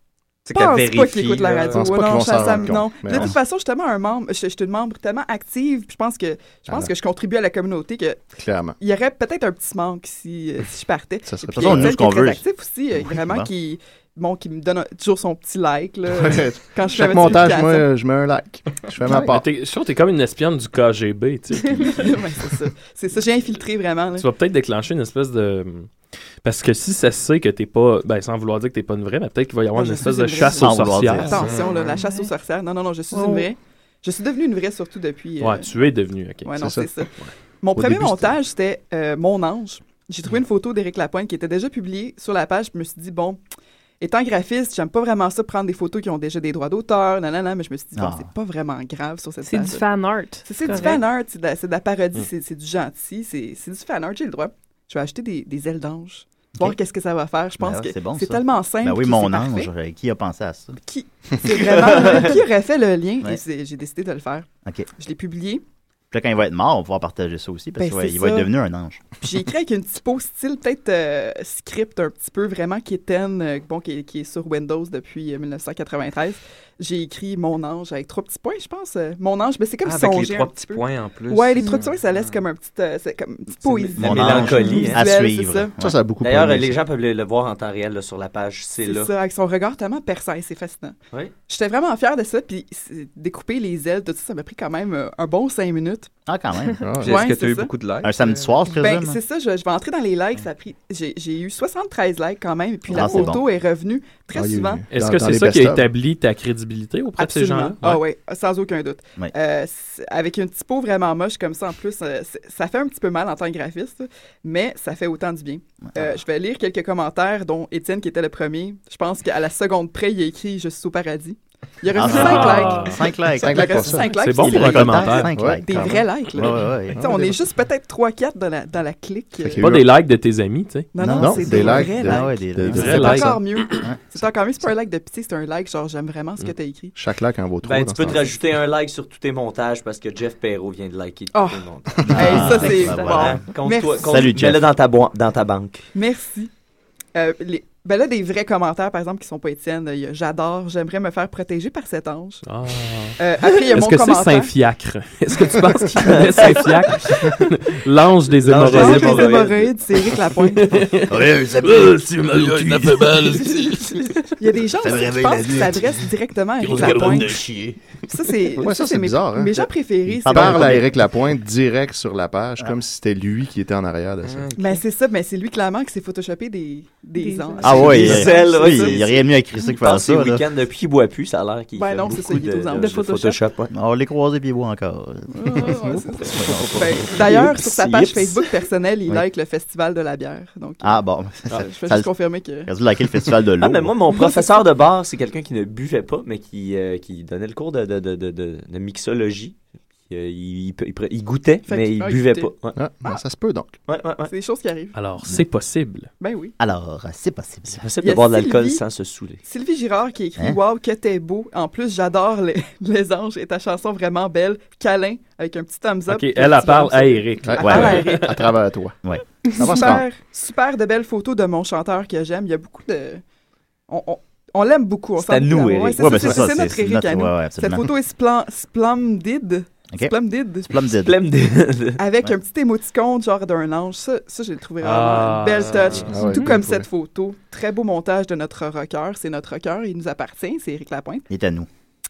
J: C'est
Q: pense
J: qu'elle
Q: pas
J: vérifie,
Q: qu'il écoute la
J: là.
Q: radio.
M: Ah,
J: Pense pas qu'ils
Q: non,
J: vont
Q: je-
J: s'en
Q: ça-
J: rendre
Q: non.
J: compte, mais
Q: De
J: non.
Q: toute façon, je suis tellement un membre, je, je suis une membre tellement active, puis je pense que je pense
J: Ah.
Q: que je contribue à la communauté que
K: Clairement.
Q: il y aurait peut-être un petit manque si, euh, si je partais.
K: Ça serait-
Q: Et
K: de toute
Q: puis,
K: façon,
Q: Étienne,
K: nous, ce qu'on
Q: qui est très
K: veut-
Q: actif aussi, euh,
K: Oui,
Q: vraiment
K: bon.
Q: qui bon qui me donne un- toujours son petit like là,
K: Ouais.
Q: quand je fais ma
K: Chaque montage,
Q: publication.
K: moi, euh, je mets un like. Je fais ma
N: Ouais,
K: part.
N: t'es- Je suis sûr que t'es comme une espionne du KGB, tu sais.
Q: Ouais, c'est ça. C'est ça, j'ai infiltré vraiment. là.
N: Tu vas peut-être déclencher une espèce de. Parce que si ça se sait que t'es pas. Ben, sans vouloir dire que t'es pas une vraie, mais peut-être qu'il va y avoir
Q: Non,
N: une
Q: je
N: espèce
Q: suis
N: de
Q: vraie.
N: chasse aux sorcières.
Q: Attention, là, la chasse aux sorcières. Non, non, non, je suis
L: Oh.
Q: une vraie. Je suis devenue une vraie surtout depuis.
N: Ouais, tu es devenue, ok.
Q: Ouais,
N: C'est
Q: non,
N: ça.
Q: c'est ça.
N: Ouais.
Q: Mon
N: Au
Q: premier
N: début,
Q: montage, c'était euh, Mon ange. J'ai trouvé une photo d'Éric Lapointe qui était déjà publiée sur la page. Je me suis dit, bon, étant graphiste, j'aime pas vraiment ça prendre des photos qui ont déjà des droits d'auteur, non, non, non, mais je me suis dit, bon,
L: Ah.
Q: c'est pas vraiment grave sur cette
L: C'est
Q: page.
L: du fan art.
Q: C'est c'est du
L: correct.
Q: fan art, c'est de, la- c'est de la parodie,
N: Hmm.
L: Mm.
Q: c'est c'est du gentil, c'est c'est du fan art, j'ai le droit. Je vais acheter des, des ailes d'ange, voir qu'est-ce que ça va faire. Je pense
J: Ben ouais,
Q: que
J: bon,
Q: c'est
J: ça.
Q: tellement simple.
J: Ben oui,
Q: puis
J: mon
Q: c'est
J: ange,
Q: parfait.
J: euh, qui a pensé à ça?
Q: Qui? C'est vraiment qui aurait fait le lien
J: Ouais.
Q: et c'est- j'ai décidé de le faire.
J: OK.
Q: Je l'ai publié.
J: Puis là, quand il va être mort, on va pouvoir partager ça aussi, parce
Q: Ben,
J: qu'il va-
Q: c'est
J: il va être
Q: ça.
J: devenu un ange.
Q: Puis j'ai écrit avec une typo style peut-être euh, script un petit peu vraiment qui euh, bon, qui, est- qui est sur Windows depuis euh, 1993. J'ai écrit mon ange avec trois petits points, je pense. euh, mon ange, mais c'est comme
P: Ah,
Q: si
P: avec
Q: on
P: les
Q: gère
P: trois
Q: un
P: petits
Q: petit peu.
P: points en plus.
Q: Ouais, les trois petits points, ça laisse comme un petit, euh, c'est comme une petite poésie.
M: La mélancolie hein.
Q: visuelle, c'est Ça.
M: D'ailleurs,
K: aimé,
M: les
K: ça.
M: gens peuvent le, le voir en temps réel là, sur la page. C'est
Q: C'est
M: là.
Q: ça, avec son regard tellement perçant, c'est fascinant.
M: Oui.
Q: J'étais vraiment fière de ça, puis c'est- découper les ailes, tout ça, ça m'a pris quand même euh, un bon cinq minutes.
J: Ah, quand même. Ah,
P: Puis Est-ce que tu as eu beaucoup de likes?
J: Un samedi soir, je
Q: Ben,
J: présume. hein?
Q: c'est ça, je, je vais entrer dans les likes. ça a pris- J'ai j'ai eu 73 likes quand même, et puis
J: Ah,
Q: la
J: c'est
Q: photo
J: bon.
Q: est revenue très
J: Ah, il y a eu-
Q: souvent.
N: Est-ce
J: Dans-
N: que
J: dans
N: c'est
J: les
N: ça qui a
J: best-of.
N: établi ta crédibilité auprès de
Q: Absolument.
N: ces gens-là?
Q: Ah ouais, sans aucun doute. Euh, c'est- avec une typo vraiment moche comme ça, en plus, euh, c'est- ça fait un petit peu mal en tant que graphiste, mais ça fait autant du bien. Euh, je vais lire quelques commentaires, dont Étienne qui était le premier. Je pense qu'à la seconde près, il a écrit « Je suis au paradis ». Il a reçu 5
J: Ah.
Q: likes.
J: Cinq likes. Cinq
Q: Il a
J: likes pour
Q: reçu
J: ça.
Q: cinq
J: C'est
Q: likes,
J: bon pour un
Q: récoltant.
J: commentaire. Cinq
Q: Ouais,
J: likes,
Q: Des
J: quand
Q: vrais
J: même.
Q: likes. là.
J: Ouais, ouais, ouais.
Q: Tu sais, on est juste peut-être 3-4 dans la, dans la clique.
N: C'est pas des likes de tes amis, tu sais.
Q: Non, non, c'est des, vrais likes.
J: Ah ouais, des- des
Q: c'est
J: vrais likes.
Q: encore mieux. c'est encore mieux. C'est pas un like de pitié, c'est un like genre j'aime vraiment ce que t'as écrit.
K: Chaque like en vaut trois.
M: Ben,
K: dans
M: tu
K: ce
M: peux te
K: temps-là.
M: rajouter un like sur tous tes montages parce que Jeff Perrault vient de liker
Q: Oh.
M: tous tes montages.
Q: Hey, ça, c'est
M: ben
Q: bon.
M: voilà. Compte-toi-
Q: Merci.
M: compte-
Q: Salut,
M: mets-le
Q: Jeff.
M: dans ta, boi- dans ta
N: [LAUGHS]
M: banque.
Q: Merci. Euh, les- Ben là, des vrais commentaires, par exemple, qui sont pas Étienne. Il y a, J'adore, j'aimerais me faire protéger par cet ange.
N: Ah.
Q: Euh, après, il y a
N: Est-ce
Q: mon
N: que c'est
Q: commentaire.
N: Saint-Fiacre? Est-ce que tu penses qu'il connaît Saint-Fiacre? L'ange des
Q: L'ange
N: hémorroïdes.
Q: des L'ange des hémorroïdes. hémorroïdes, c'est Éric Lapointe. Ouais, ça me-
N: Ah, c'est ma gueule, ça fait mal.
Q: [LAUGHS] Il y a des gens
I: Ça me
Q: aussi qui
I: réveille
Q: pensent
I: la
Q: qu'ils
I: nuit.
Q: s'adressent directement à Éric
I: Grosse cabane
Q: Lapointe.
I: de chier.
Q: Ça, c'est
K: Ouais, ça,
Q: ça,
K: c'est
Q: c'est mes,
K: bizarre, hein.
Q: mes gens préférés.
K: Il
Q: c'est-
K: parle à Eric Lapointe direct sur la page, comme si c'était lui qui était en arrière de ça.
Q: Ben, c'est ça, mais c'est lui clairement qui s'est photoshopé des, des, anges.
J: Ah ouais, il y a-
M: Celle,
J: oui,
M: ouais,
J: il y a rien de mieux à écrire ça que faire
M: Passé
J: ça, là.
M: week-end depuis qu'il boit plus, ça a l'air qu'il
Q: Ben
M: fait
Q: non, c'est
M: beaucoup
Q: ça, il est
M: de,
Q: aux anges.
M: de-
Q: De
M: de
Q: Photoshop.
M: Photoshop. ouais.
J: On va les croiser puis bois encore.
Q: Ben, D'ailleurs, sur sa page
J: Yips.
Q: Facebook personnelle, il
J: Oui.
Q: like le Festival de la bière. Donc,
J: Ah bon.
Q: je vais juste confirmer que-
J: Il a dû liker le festival de l'eau.
M: Ah, mais moi, mon professeur de bar, c'est quelqu'un qui ne buvait pas, mais qui, euh, qui donnait le cours de, de, de, de, de- de mixologie. Puis, euh, il, il, il pre- il goûtait,
Q: Fait
M: mais
Q: qu'il-
M: il
Q: ah, il
M: buvait
Q: goûtait.
M: pas. Ouais.
K: ça se peut donc.
Q: c'est des choses qui arrivent.
N: Alors, c'est possible.
Q: Ben oui.
J: Alors, c'est possible. C'est
M: possible
Q: Il y
M: de
Q: a
M: boire de l'alcool
Q: Sylvie.
M: sans se saouler.
Q: Sylvie Girard qui écrit
M: Hein?
Q: Wow, que t'es beau. En plus, j'adore les, [LAUGHS] les anges et ta chanson vraiment belle. Câlin, avec un petit thumbs up.
N: Ok, elle, elle parle à Eric.
Q: Elle parle à Eric.
K: À travers toi.
J: Ouais.
Q: Super, super de belles photos de mon chanteur que j'aime. Il y a beaucoup de. On, on- on l'aime beaucoup. on
J: C'est
Q: s'en
J: à nous,
Q: fout.
J: Eric.
Q: Ouais, c'est
J: Ouais,
Q: ça,
J: ben,
Q: c'est-
J: c'est ça,
Q: c'est notre
J: c'est
Q: Eric
J: notre-
Q: à nous.
J: ouais, ouais,
Q: Cette
J: absolument.
Q: photo est splan- splendide.
J: Ok.
Q: Splendide.
J: Splendide.
M: Splendide.
Q: Avec
J: Ouais.
Q: un petit émoticône, genre d'un ange. Ça, ça j'ai trouvé vraiment
J: Ah.
Q: une belle touch.
J: Ah ouais,
Q: Tout
J: bien
Q: comme
J: trouvé.
Q: cette photo. Très beau montage de notre rocker. C'est notre rocker. Il nous appartient. C'est Eric Lapointe.
J: Il est à nous.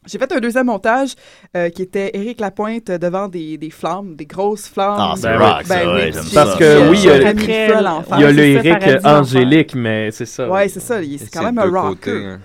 Q: J'ai fait un deuxième montage euh, qui était Éric Lapointe devant des, des flammes, des grosses flammes.
N: Ah, c'est rock, ça, ouais, j'aime ça. Parce que oui, il y a-
Q: le
N: Il y a le Eric Angélique, mais c'est ça.
Q: Ouais, c'est ça. il- C'est quand même un rocker.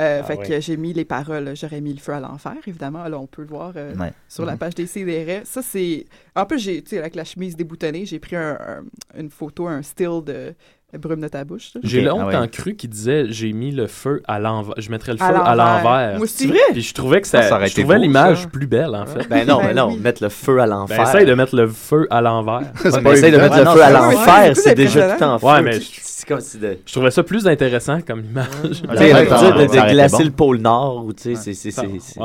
Q: Euh,
N: Ah
Q: fait
N: ouais.
Q: que j'ai mis les paroles. J'aurais mis le feu à l'enfer, évidemment. Là, on peut le voir euh,
J: Ouais.
Q: sur la page des CDR. Ça, c'est. En plus, j'ai, tu sais, avec la chemise déboutonnée, j'ai pris un- un- une photo, un still de Brume de ta bouche. là.
N: J'ai
Q: Ok,
N: longtemps
Q: ah ouais.
N: cru qu'il disait j'ai mis le feu à l'envers. Je mettrais le feu
Q: À
N: à
Q: l'envers.
N: l'envers.
Q: Moi, c'est vrai?
N: Puis je trouvais que ça,
M: Ah, ça aurait
N: Ben, je
M: été
N: trouvais
M: beau,
N: l'image
M: ça.
N: plus belle en fait.
M: Ben non, ben non, mettre le feu à l'enfer.
N: Ben, essaye de mettre le feu à
M: [LAUGHS]
N: l'envers.
M: C'est Ouais, pas mais essaye de évident. mettre le feu à l'enfer, c'est déjà tout en feu.
N: Ouais, mais
M: C'est- c'est comme si de-
N: je trouvais ça plus intéressant comme image.
M: Tu sais, on peut dire de, de glacer le pôle Nord, ou tu sais, c'est- c'est- c'est. c'est-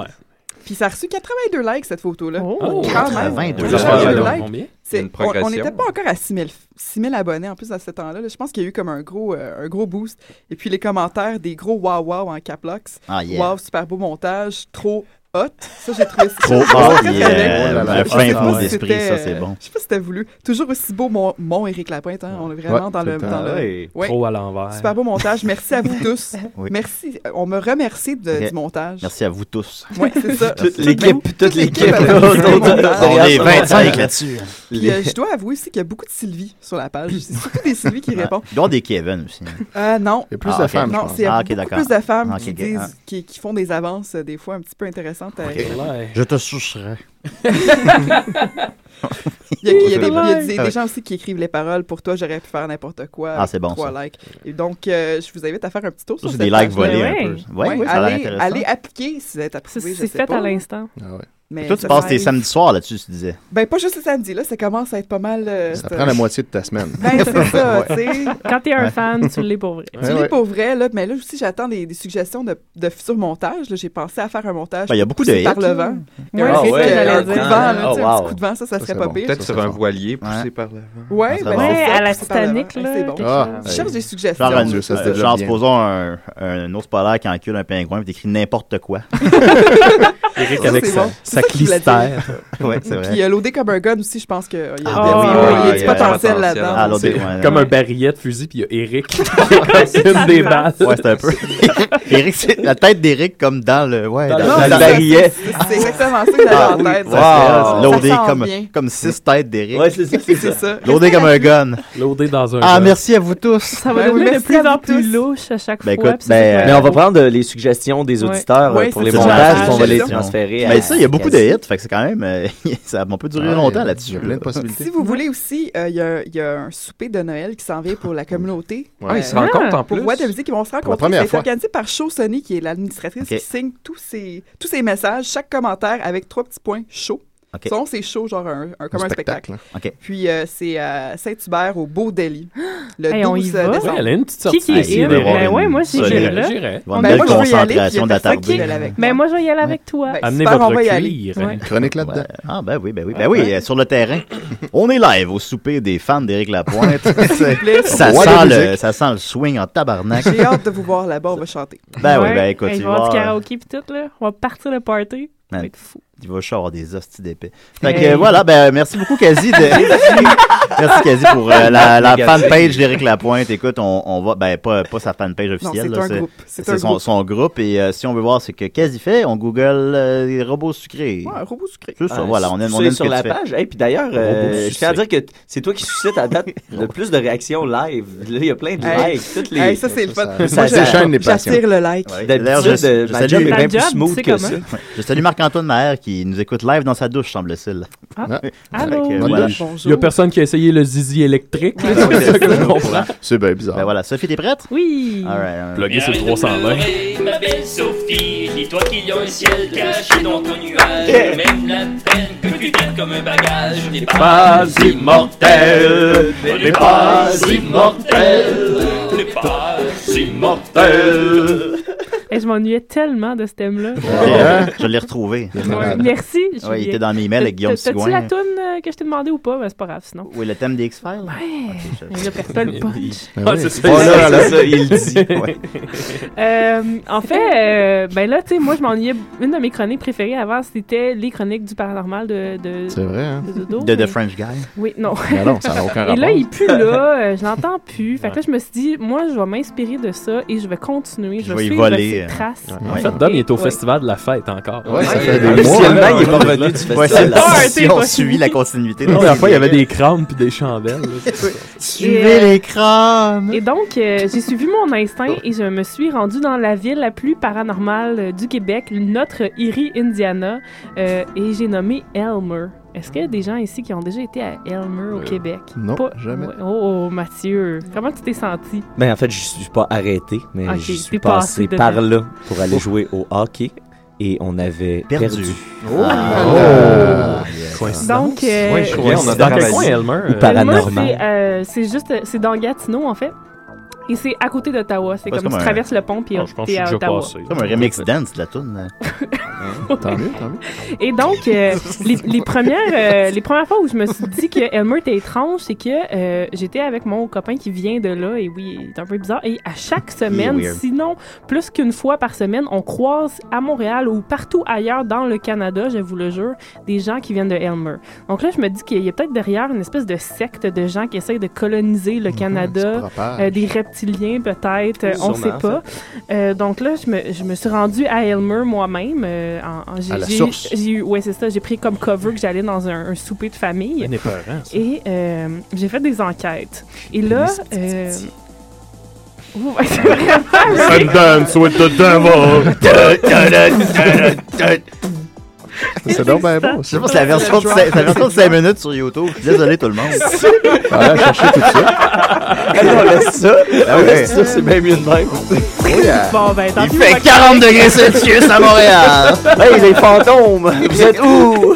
Q: Puis ça a reçu 82 likes, cette photo-là.
N: Oh,
Q: Quand même.
N: 82.
Q: 82
N: Ah,
Q: likes.
N: combien?
P: C'est une progression.
Q: On n'était pas encore à 6 000, f- 6 000 abonnés en plus à ce temps-là. là. Je pense qu'il y a eu comme un gros, euh, un gros boost. Et puis les commentaires, des gros wow wow en caplox.
J: Ah, yeah.
Q: Wow, super beau montage, trop hot. Ça, j'ai trouvé ça.
J: Trop
Q: j'ai trouvé ça
J: hot,
Q: très
J: yeah.
Q: correct.
J: Le
Q: Je
J: fin
Q: sais pas
J: mot
Q: si
J: d'esprit,
Q: c'était,
J: Ah ça, c'est
Q: euh,
J: bon.
Q: Je sais pas si c'était voulu. Toujours aussi beau mon, mon Éric Lapointe. hein. On est vraiment
N: Ouais,
Q: dans
N: tout
Q: le.
N: le temps.
Q: dans le-
N: Ouais,
Q: Ouais.
N: trop à l'envers.
Q: Super beau montage.
J: [LAUGHS]
Q: Merci à vous tous.
J: Oui.
Q: Merci. On me remercie de-
J: Ok.
Q: du montage.
J: Merci à vous
Q: [LAUGHS]
J: tous.
Q: Oui, c'est
J: [LAUGHS]
Q: ça.
J: Toute l'équipe,
Q: Même-
J: toute l'équipe.
M: [LAUGHS]
Q: a réalisé le
J: On est
Q: montage.
J: 25 là-dessus.
Q: Puis, euh, je dois avouer aussi qu'il y a beaucoup de Sylvie sur la page. C'est surtout des Sylvie qui
J: Ouais.
Q: répondent.
J: Ah. Il doit y avoir des Kevin aussi. hein,
Q: Euh, non.
J: Il y a plus de femmes, je
Q: Non,
J: pense.
Q: c'est
J: Ah, ok,
Q: beaucoup
J: d'accord.
Q: plus de femmes
J: Ah, ok,
Q: qui,
J: ok,
Q: disent, euh,
J: ah.
Q: qui, qui font des avances, euh, des fois, un petit peu intéressantes. à-
J: Je te soucherai.
Q: Il y a, il y a des, il y a des-
J: Ah
Q: des
J: oui.
Q: gens aussi qui écrivent les paroles pour toi, j'aurais pu faire n'importe quoi.
J: Ah, c'est bon,
Q: Trois
J: ça.
Q: likes. Et donc, euh, je vous invite à faire un petit tour
J: Ça,
Q: sur
J: c'est
Q: cette
J: des likes
Q: page-là.
J: volés un peu. Ouais, ouais, ça a l'air
Q: allez,
J: intéressant.
Q: allez appliquer si vous êtes approuvé.
L: C'est fait à l'instant.
J: Ah ouais.
Q: Mais
J: Toi, tu
Q: ça
J: passes tes
Q: arrive.
J: samedis soirs là-dessus, tu disais.
Q: Ben, pas juste le samedi, là, ça commence à être pas mal. euh,
K: Ça
Q: c'est-
K: prend la moitié de ta semaine.
Q: Ben, c'est ça,
K: Ouais.
Q: tu sais.
L: Quand t'es un Ouais. fan, tu l'es pour vrai.
Q: Tu
K: Ouais,
Q: l'es
K: ouais.
Q: pour vrai, là, mais là aussi, j'attends des, des suggestions de, de futurs montages. là. J'ai pensé à faire un montage.
P: Ben, il y a beaucoup
Q: poussé
P: de
Q: par
P: hits,
Q: le
P: là.
Q: vent.
P: Ouais,
N: Ah
Q: Un
P: c'est
Q: hit,
P: ça,
Q: euh,
N: hein.
P: j'allais
Q: un coup de
P: dire.
Q: vent,
J: Ah,
Q: là, tu
P: Oh,
Q: sais, un petit
P: wow.
Q: coup de vent, ça, ça
P: Ça,
Q: serait
P: c'est
Q: pas
P: bon.
Q: pire.
P: Peut-être
Q: Ça,
P: sur
Q: ça
P: un
Q: serait
P: voilier
Q: bon.
P: poussé
Q: Ouais.
P: par le vent.
Q: Ouais,
P: Ça,
Q: ben,
P: ça, ça.
Q: c'est ça,
L: à la
Q: poussé par le
L: Titanic,
Q: vent.
L: là,
Q: C'est bon.
L: quelque
J: Ah,
Q: Je cherche des suggestions.
J: Genre,
Q: là.
J: euh,
K: ça se
J: euh,
K: développe
J: genre
K: bien.
J: supposons un, un ours polaire qui encule un pingouin et t'écris n'importe quoi.
Q: Ça, avec [LAUGHS] c'est sa- bon. sa C'est ça qu'il voulait clistère.
J: [LAUGHS]
Q: dire.
J: ouais, c'est
Q: Puis
J: vrai.
Q: euh, l'odé comme un gun aussi, je pense qu'il y a, il y a
J: Ah,
Q: des-
J: ben oui,
Q: il y
J: oui,
Q: a
J: oui,
Q: du
J: il y a
Q: potentiel
J: du
Q: là-dedans.
J: potentiel. Ah, l'odé,
N: C'est
J: ouais,
N: comme
J: ouais.
N: un barillet de fusil, puis il y a
Q: [LAUGHS]
N: Eric [LAUGHS] qui est une des balles.
J: Ouais, c'est un peu. Eric, c'est la tête d'Eric comme dans le. Ouais,
N: Dans le-
Q: Non,
J: le
Q: c'est-
J: barillet.
Q: c'est- C'est exactement ça que
J: Ah,
Q: j'avais en
J: oui.
Q: tête.
J: Wow.
Q: Ça, ça
J: Loadé
Q: sent
J: comme,
Q: bien.
J: comme six têtes d'Eric.
N: Ouais, c'est ça, c'est
Q: [LAUGHS] C'est ça.
J: Loadé comme un gun.
N: Loadé dans un.
J: Ah,
N: gun.
J: merci à vous tous.
L: Ça va
Q: Ben oui,
L: devenir de
Q: merci à
L: plus
Q: vous
L: en plus
Q: tous.
L: louche à chaque
J: Ben,
L: fois.
J: écoute,
L: puis c'est
J: ben,
L: ça qui
J: euh,
M: Mais on
L: est
M: va
L: drôle.
M: prendre euh, les suggestions des
L: Ouais.
M: auditeurs euh,
Q: Ouais,
M: pour
Q: c'est
M: les
Q: ça,
M: montages,
Q: la
M: puis on va les
Q: suggestion.
M: transférer. à-
J: Mais ça, il y a beaucoup de
M: Cass.
J: hits, fait que c'est quand même. euh, [LAUGHS] ça on peut durer
K: Ouais,
J: longtemps
K: il y a
J: là-dessus.
K: plein de
J: là.
K: possibilités.
Q: Si vous voulez aussi, euh, il y, a- il y a un souper de Noël qui s'en vient pour la communauté.
K: Ouais. Ah, ils se rencontrent en
Q: pour
K: plus.
Q: Voix de musique, ils vont se
K: Pour la
Q: rencontrer.
K: première
Q: C'est
K: fois.
Q: organisé par Show Sony, qui est l'administratrice
J: Ok.
Q: qui signe tous ces, tous ces messages, chaque commentaire avec trois petits points chauds.
J: Ok.
Q: Sinon, c'est chaud, genre un, un- comme un spectacle.
J: OK.
Q: Puis euh, c'est à Saint-Hubert au Beau Delhi, [GASPS] le
L: Hey, Ben, on y
Q: 12
L: va.
Q: décembre.
N: Ouais, elle a une petite
L: Qui
N: sortie
L: qui est
N: ici.
L: in?
N: de voir
L: Ben
N: une-
L: ouais, moi, si
N: Ça,
L: je vais
N: j'irai,
L: là.
N: j'irai.
J: On va une
Q: Ben,
J: belle
Q: moi, je veux y aller, puis il y
J: concentration
Q: a personne qui veut aller
J: d'attardé.
Q: avec
L: Ben moi, je vais y aller avec toi.
Q: Ben,
N: Amenez
Q: super, on
N: votre
Q: va y aller.
N: cuir.
L: Ouais.
K: Chronique là-dedans.
J: Ah, ben oui, ben oui. Ben oui, euh, sur le terrain. On est live au souper des fans d'Éric
Q: [LAUGHS]
J: Lapointe.
Q: plaît.
J: C'est- ça,
K: Roi de
J: sent
K: musique.
J: le, ça sent le swing en tabarnak.
Q: J'ai hâte de vous voir là-bas, on va chanter.
J: Ben oui, ben écoute,
L: Ils
J: il
L: vont avoir
J: va,
L: du
J: euh,
L: karaoké puis tout, là. On va partir le party. Ça va
J: Ouais.
L: être fou.
J: il va avoir des hosties d'épée. Fait que
L: Hey.
J: euh, voilà, ben merci beaucoup, Kazi. de- merci, Kazi, pour euh, la, la fanpage d'Éric Lapointe. Écoute, on, on va, ben pas, pas sa fanpage
Q: Non,
J: officielle.
Q: c'est
J: là,
Q: un groupe. C'est un
J: C'est son,
Q: groupe.
J: son groupe. Et euh, si on veut voir ce que Kazi fait, on google euh, les robots sucrés.
Q: Ouais, un robot sucré.
M: Ah,
J: C'est ça, voilà, on aime, on
M: Sucer
J: aime ce
M: Euh, sur
J: que
M: la
J: tu fais.
M: page. Et puis d'ailleurs, euh,
J: Robot
M: je tiens à
J: sucé.
M: dire que t- c'est toi qui suscites à date le plus de réactions live. Là, il y a plein de
Q: Hey.
M: likes. Toutes les...
Q: Hey, ça, c'est le fun.
M: Ça-
Q: Moi,
M: ça
Q: j'a-
K: déchaîne les passions.
Q: J'attire le like.
J: Ouais,
M: D'habitude,
J: d'ailleurs, je-
M: euh,
J: je
M: ma
J: salue-
M: job est
J: Ta
M: bien plus
L: job, tu
M: smooth
L: sais
M: que
L: comment?
M: ça.
J: Ouais. Je salue Marc-Antoine Maher qui nous écoute live dans sa douche, semble-t-il.
K: Ah.
L: Allô?
J: Fait que,
K: Bonne
J: voilà.
K: douche.
N: Il y a personne qui a essayé le zizi électrique. là,
J: Ouais,
N: c'est ça
J: [LAUGHS]
N: que je
J: ça.
N: comprends.
K: C'est bien bizarre.
J: Ben voilà, Sophie, t'es prête?
L: Oui.
J: All right, all right.
N: Plugué sur le 320.
I: Ma belle Sophie, dis-toi qu'il y a un ciel caché dans ton nuage. Même la peine que tu traînes comme un bagage n'est pas immortel. N'est pas immortel. N'est pas immortel.
L: Hey, je m'ennuyais tellement de ce thème-là.
J: Euh, Je l'ai retrouvé.
L: Ouais, Merci, Julien.
J: Ouais, il était dans mes mails avec Guillaume
L: T'as- T'as-tu
J: Sigouin.
L: la toune euh, que je t'ai demandé ou pas? Ben, c'est pas grave, sinon.
J: Oui, le thème des X-Files.
L: Ouais.
J: Ok, je-
L: Mais là,
J: [LAUGHS]
L: personne le punch.
N: Ah, c'est ça,
J: Oh là, là,
N: c'est
J: ça, il le
L: [LAUGHS]
J: dit. Ouais.
L: Euh, en fait, euh, ben là, tu sais, moi, je m'ennuyais. Une de mes chroniques préférées avant, c'était les chroniques du paranormal de, de,
K: C'est vrai, hein?
L: de Dodo.
J: De The
L: mais-
J: French Guy.
L: Oui, non.
K: Mais non, ça n'a aucun
L: Et
K: rapport.
L: là, il pue là, euh, je l'entends plus. Fait que là, je me suis dit, moi, je vais m'inspirer de ça et je vais continuer. Je
J: vais
L: vais
J: y
L: suivre
J: voler,
L: ses
J: euh,
L: traces.
N: En fait, Dom, il est au festival de la fête encore.
K: Ouais, ça fait des mois.
M: Officiellement,
K: là.
M: il est pas revenu du festival.
J: Ouais, c'est
L: Ah,
J: pas
L: t'es
J: si on
L: pas
J: suit la continuité.
N: La dernière fois, il y avait des crânes puis des chandelles. là, c'est ça.
L: Et,
J: Suivez
L: euh,
J: les crânes!
L: Et donc, euh, j'ai suivi mon instinct et je me suis rendue dans la ville la plus paranormale euh, du Québec, notre Erie, Indiana, euh, et j'ai nommé Elmer. Est-ce qu'il y a des gens ici qui ont déjà été à Elmer au Québec?
K: non, jamais.
L: Ouais. Oh, oh, Mathieu, comment tu t'es senti?
M: Ben, en fait, je suis pas arrêté, mais
L: Ok,
M: je
L: t'es
M: suis passé
L: passé
M: par
L: dedans.
M: là pour aller jouer au hockey et on avait perdu.
J: Perdu.
L: Oh,
K: Ah.
J: Oh.
L: Donc, euh,
P: Ouais, je trouvais, on a
N: Dans quel
P: travaillé.
N: coin, Elmer?
M: Ou
N: euh,
M: par-
L: Elmer,
M: paranormal.
L: c'est, euh, c'est juste, c'est dans Gatineau, en fait. Et c'est à côté d'Ottawa. C'est
J: Ouais,
L: comme,
J: c'est
L: tu
J: un-
L: traverses le pont, puis euh,
J: Ah,
L: t'es à Ottawa.
J: C'est comme un remix dance de la [LAUGHS] toune. là.
L: Tant mieux, [LAUGHS] Et donc, euh, les, les premières, euh, les premières fois où je me suis dit que Elmer était étrange, c'est que euh, j'étais avec mon copain qui vient de là, et oui, il est un peu bizarre. Et à chaque semaine,
E: Il est weird.
L: sinon plus qu'une fois par semaine, on croise à Montréal ou partout ailleurs dans le Canada, je vous le jure, des gens qui viennent de Elmer. Donc là, je me dis qu'il y a peut-être derrière une espèce de secte de gens qui essayent de coloniser le Canada,
E: propage.
L: euh, des reptiliens peut-être, euh, on
E: Sûrement,
L: ne sait
E: en
L: pas. Euh, donc là, je me, je me suis rendue à Elmer moi-même. euh, en, en- j'ai-
E: À la
L: j'ai-
E: source.
L: j'ai eu- ouais, c'est ça. J'ai pris comme cover que j'allais dans un, un souper de famille.
E: Ben, épeurant, ça.
L: Et euh, j'ai fait des enquêtes. Et là. euh, [LAUGHS] ouh, ouais, c'est vraiment-
E: And dance with the devil.
K: C'est donc bien bon.
J: Je pense que la version de
K: Ouais.
J: cinq- la version de 5 minutes sur YouTube. Désolé tout le monde.
K: Ah, chercher tout ça.
M: euh,
N: Ah,
J: on laisse ça.
K: On laisse ça, c'est
J: bien mieux de même.
L: Bon, ben, tant
J: Il
L: pis,
J: fait
L: on va-
J: 40 degrés Celsius à Montréal.
M: hey, les fantômes! Vous êtes [LAUGHS] où?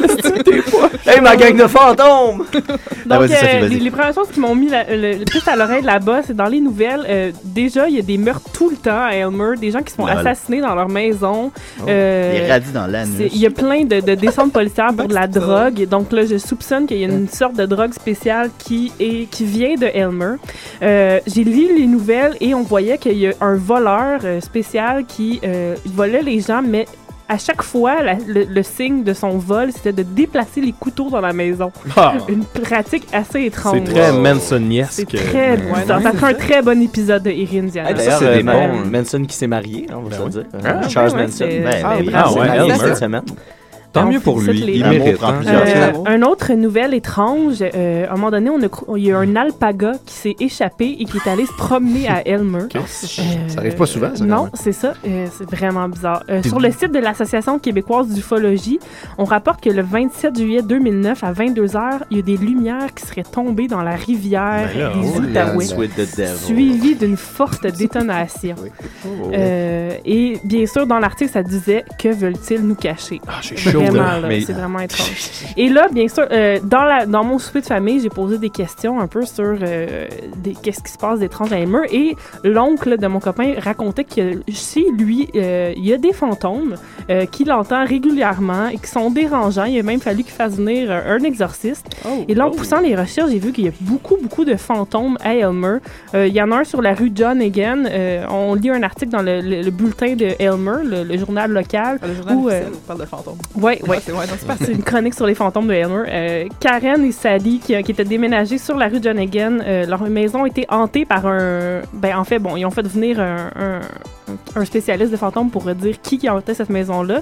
M: hey, ma gang de fantômes!
L: Donc,
M: Ah, vas-y, Sophie,
L: euh,
M: vas-y.
L: les, les premières choses qui m'ont mis la- euh, le, le plus à l'oreille là-bas, c'est dans les nouvelles. euh, déjà, il y a des meurtres tout le temps à Elmer, des gens qui se font
J: Lol.
L: assassiner dans leur maison.
J: Oh,
L: Euh,
J: des radis dans l'anus.
L: c'est- Il y a plein de, de descentes policières pour de la drogue. Donc là, je soupçonne qu'il y a une sorte de drogue spéciale qui, est, qui vient de Elmer. Euh, J'ai lu les nouvelles et on voyait qu'il y a un voleur euh, spécial qui euh, volait les gens, mais à chaque fois, la- le, le signe de son vol, c'était de déplacer les couteaux dans la maison.
N: Ah.
L: Une pratique assez étrange.
N: C'est très
L: C'est
N: Mansoniesque.
L: très bizarre. Ça ferait un très bon épisode de Erin Diana.
M: Hey, d'ailleurs, euh, Ma- Manson qui s'est marié, hein, on va
N: Ben
M: se le dire.
L: Ah,
M: Charles
L: ouais, ouais,
M: Manson.
L: c'est-
M: Ben,
L: ah,
M: oui,
L: ouais,
M: il s'est
L: ouais,
M: marié
L: Elmer.
M: cette semaine.
L: On félicite les-
M: Il mérite. hein.
L: Euh, un autre nouvelle étrange. euh, à un moment donné, on a cro- il y a
K: Hmm.
L: un alpaga qui s'est échappé et qui est allé se promener à Elmer. Euh,
K: Ça arrive pas souvent, ça, quand
L: non,
K: même.
L: c'est ça. euh, c'est vraiment bizarre. Euh, sur le site de l'Association québécoise d'ufologie, on rapporte que le 27 juillet 2009, à 22h, il y a des lumières qui seraient tombées dans la rivière
M: Ben là,
L: des
M: oh,
L: Outaouais,
M: dance with the devil.
L: suivie d'une forte détonation.
M: Oh.
L: Euh, et bien sûr, dans l'article, ça disait que veulent-ils nous cacher
E: j'ai chaud,
L: Vraiment,
E: là,
L: là,
E: mais-
L: c'est
E: [LAUGHS]
L: vraiment étrange. Et là, bien sûr, euh, dans, la, dans mon souper de famille, j'ai posé des questions un peu sur euh, des- qu'est-ce qui se passe d'étrange à Elmer. Et l'oncle de mon copain racontait que chez lui, euh, il y a des fantômes euh, qu'il entend régulièrement et qui sont dérangeants. Il a même fallu qu'il fasse venir euh, un exorciste. et là, en poussant les recherches, j'ai vu qu'il y a beaucoup, beaucoup de fantômes à Elmer. Euh, il y en a un sur la rue John Egan. Euh, on lit un article dans le, le- le bulletin de Elmer, le, le journal local.
Q: Le journal
L: où, euh,
Q: officiel parle de fantômes. [LAUGHS]
L: Ouais, ouais.
Q: Ah, c'est- ouais, non, c'est pas-
L: C'est une chronique sur les fantômes de Elmer. Euh, Karen et Sally, qui, qui étaient déménagées sur la rue John Hagen, euh, leur maison était hantée par un. Ben, en fait, bon, ils ont fait venir un, un- un spécialiste de fantômes pour euh, dire qui qui hantait cette maison-là.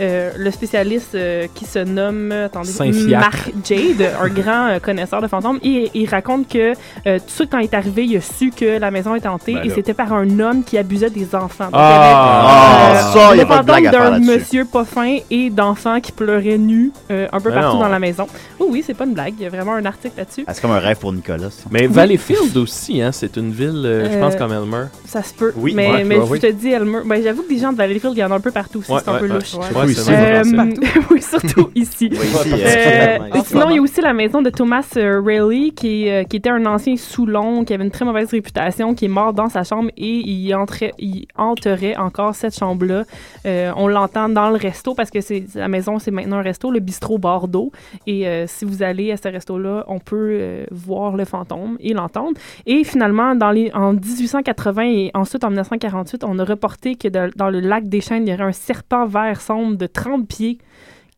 L: Euh, le spécialiste euh, qui se nomme. Attendez,
E: Saint-Fiacre.
L: Marc Jade, un grand euh, connaisseur de fantômes. Et il raconte que euh, tout ça, quand il est arrivé, il a su que la maison était hantée
E: Ben
L: et
E: là.
L: c'était par un homme qui abusait des enfants. Donc,
E: Ah!
L: il y
E: Ah, ça,
L: le
E: y a pas de
L: fantôme
E: blague à faire
L: Euh, d'un
E: là-dessus.
L: monsieur pas fin et d'enfants qui pleuraient nus euh, un peu
J: Ben
L: partout
J: non.
L: dans la maison. Oui, oui, c'est pas une blague. Il y a vraiment un article là-dessus.
J: Ah, c'est comme un rêve pour Nicolas. ça.
N: Mais Valleyfield aussi, hein, c'est une ville, euh, je pense,
L: Euh,
N: comme Elmer.
L: Ça se peut.
N: Oui,
L: mais
N: ouais,
L: mais
N: ouais,
L: je
N: oui.
L: te dis, Elmer. Ben, J'avoue que des gens de Valleyfield, il y en a un peu partout aussi.
N: Ouais,
L: c'est un
N: ouais,
L: peu
N: ouais.
L: louche.
N: Ouais, Surtout c'est ici.
L: Euh,
N: vrai.
L: [LAUGHS] oui, surtout ici.
N: Oui, ici,
L: Euh,
N: hein.
L: et sinon, il y a aussi la maison de Thomas euh, Rayleigh, qui, est, euh, qui était un ancien Soulon, qui avait une très mauvaise réputation, qui est mort dans sa chambre et il, entrait, il hanterait encore cette chambre-là. Euh, on l'entend dans le resto parce que c'est la maison, c'est maintenant un resto, le bistrot Bordeaux. Et euh, si vous allez à ce resto-là, on peut euh, voir le fantôme et l'entendre. Et finalement, dans les, en 1880 et ensuite en 1948, on a reporté que dans- dans le lac des Chênes, il y aurait un serpent vert sombre de 30 pieds.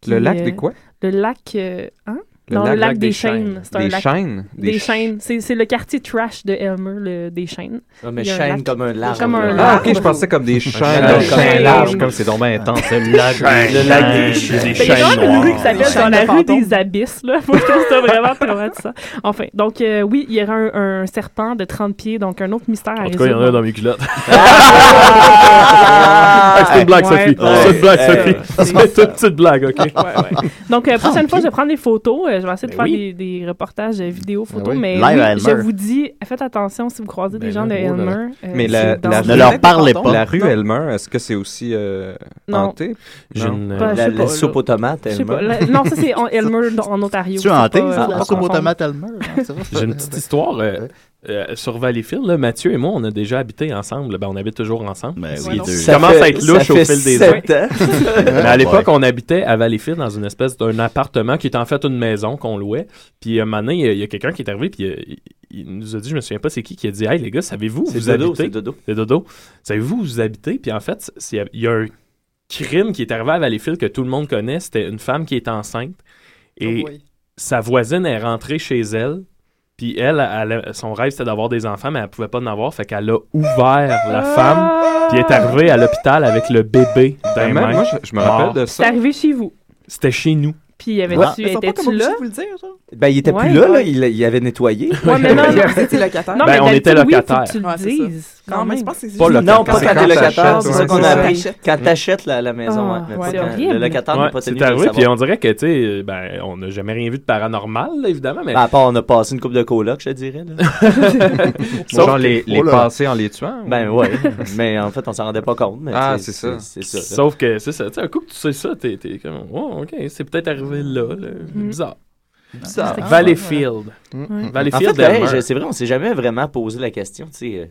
P: Le lac
L: euh,
P: des quoi?
L: Le lac. euh, hein?
P: Le
L: non,
P: lac-
L: le lac
P: lac
L: des,
P: des
L: Chênes.
P: Chênes.
L: C'est un
P: Des
L: lac-
P: Chênes?
L: Des
P: Des
L: Chênes. C'est c'est le quartier trash de Elmer, le, des Chênes.
M: Ah, mais
L: Il y a un
M: Chênes
L: lac-
M: comme un large.
L: Comme un
P: Ah,
L: large.
P: ok, je pensais comme des chaînes.
M: chêne.
P: Des chaînes larges, comme c'est donc bien intense.
L: [LAUGHS]
P: Le lac,
M: Le lac des chênes.
L: Ben, Il y a quand même une rue qui s'appelle
E: Des
L: dans
E: chaînes
L: la
E: de
L: rue des abysses. Là. [LAUGHS] Moi, je trouve ça vraiment traumatisant. Enfin, donc euh, oui, il y aura un, un serpent de 30 pieds, donc un autre mystère à
N: En tout cas, il y en a
L: résoudre.
N: dans mes culottes.
L: Ah!
N: c'est une blague,
L: Ouais,
N: Sophie.
L: ouais.
N: C'est une blague,
L: Ouais.
N: Sophie. C'est une petite blague, OK? [LAUGHS]
L: Donc, euh, prochaine fois, je vais prendre des photos. Euh, je vais essayer de
N: Ben
L: faire
N: oui.
L: des, des reportages euh, vidéo,
P: Ben
L: photos.
N: oui.
L: Mais
N: Live
L: oui,
N: à Elmer.
L: je vous dis, faites attention si vous croisez des gens de Elmer. euh,
P: oh Mais la,
L: c'est
P: la
L: dangereux.
P: rue-
M: Euh,
P: La rue Elmer, est-ce que c'est aussi euh,
L: Non.
P: hanté?
N: J'ai
P: Non.
N: une-
L: Pas, je sais pas, là. Je sais pas. La- Non, ça, c'est en Elmer, en Ontario.
J: Tu es
L: C'est
J: hanté,
L: pas, euh,
J: c'est
L: faut
J: pas Ah, comme
L: confondre.
J: automate Elmer. hein, c'est vrai.
N: J'ai une petite histoire. euh, euh, sur Valleyfield, là, Mathieu et moi, on a déjà habité ensemble. Ben, on habite toujours ensemble.
J: oui,
N: Ce
J: les
N: qui
J: deux.
N: commence
J: Ça fait-
N: à être louche
J: ça
N: au
J: fait
N: fil des
J: sept
N: ans.
J: ans.
N: Mais à l'époque,
J: Ouais.
N: on habitait à Valleyfield dans une espèce d'un appartement qui était en fait une maison qu'on louait. Puis un moment donné, il y a- il y a, quelqu'un qui est arrivé puis euh, il, il nous a dit, je me souviens pas c'est qui, qui a dit, hey les gars, savez-vous où
M: C'est
N: vous
M: Dodo,
N: habitez
M: c'est Dodo.
N: C'est Dodo. Savez-vous où vous habitez Puis en fait, c'est- il y a un crime qui est arrivé à Valleyfield que tout le monde connaît. C'était une femme qui est enceinte et sa voisine est rentrée chez elle. Puis elle, elle- son rêve c'était d'avoir des enfants, mais elle pouvait pas en avoir. Fait qu'elle a ouvert la femme.
L: Ah!
N: Puis elle est arrivée à l'hôpital avec le bébé
M: Ben,
N: dans les
P: Vraiment?
N: mains.
P: Moi, je- je me rappelle
N: Mort.
P: de
L: C'est arrivé chez vous.
N: C'était chez nous.
L: Puis, y avait
M: Ouais.
L: tu
M: Ils sont pas
L: étais-tu
M: comme
L: là?
Q: vous le dire, genre?
M: Ben, il était
L: Ouais,
M: plus là, là.
L: ouais.
M: Il, il avait nettoyé.
L: Ouais, mais non, non.
Q: locataire.
L: Non,
M: Ben,
L: mais
M: on
L: d'habitude,
M: était
L: oui, faut
M: locataire.
L: que tu le
Q: Ouais, c'est ça.
L: dises,
Q: Non,
L: quand
Q: mais je
L: même.
Q: pense que c'est
M: Pas
Q: juste-
M: locataire. Non, pas
Q: C'est
M: quand t'es locataire,
Q: t'achètes,
M: c'est
Q: ouais,
M: ça qu'on
Q: c'est
M: a
Q: ça.
M: appris.
Q: T'achètes.
M: Quand t'achètes la, la maison,
Q: Ah,
M: ouais, mais
Q: ouais.
M: pas
Q: C'est
M: quand-
Q: horrible.
M: le locataire
N: Ouais,
M: n'est pas tenu
N: c'est
M: de le
N: arrivé,
M: savoir.
N: puis on dirait que, tu sais, ben, on n'a jamais rien vu de paranormal, là, évidemment, mais.
M: Ben, à part, on a passé une coupe de coloc, je te dirais.
N: [LAUGHS]
M: Là.
N: Sauf Genre que- les- les Oh là. passer
M: en les tuant. Ben ouais, [LAUGHS] mais en fait, on s'en rendait pas compte. Mais
N: Ah,
M: tu sais,
N: c'est ça.
M: C'est c'est ça. là.
N: Sauf que, c'est ça. Tu sais, un coup que tu sais ça, t'es t'es comme, oh, ok, c'est peut-être arrivé là. là.
L: Mm-hmm.
M: Mm.
N: Bizarre.
M: Bizarre.
N: Ah, Valleyfield.
M: Ouais.
N: Mm.
M: En
N: Valleyfield,
M: fait, ben,
N: Elmer.
M: je- c'est vrai, on s'est jamais vraiment posé la question, tu sais, euh,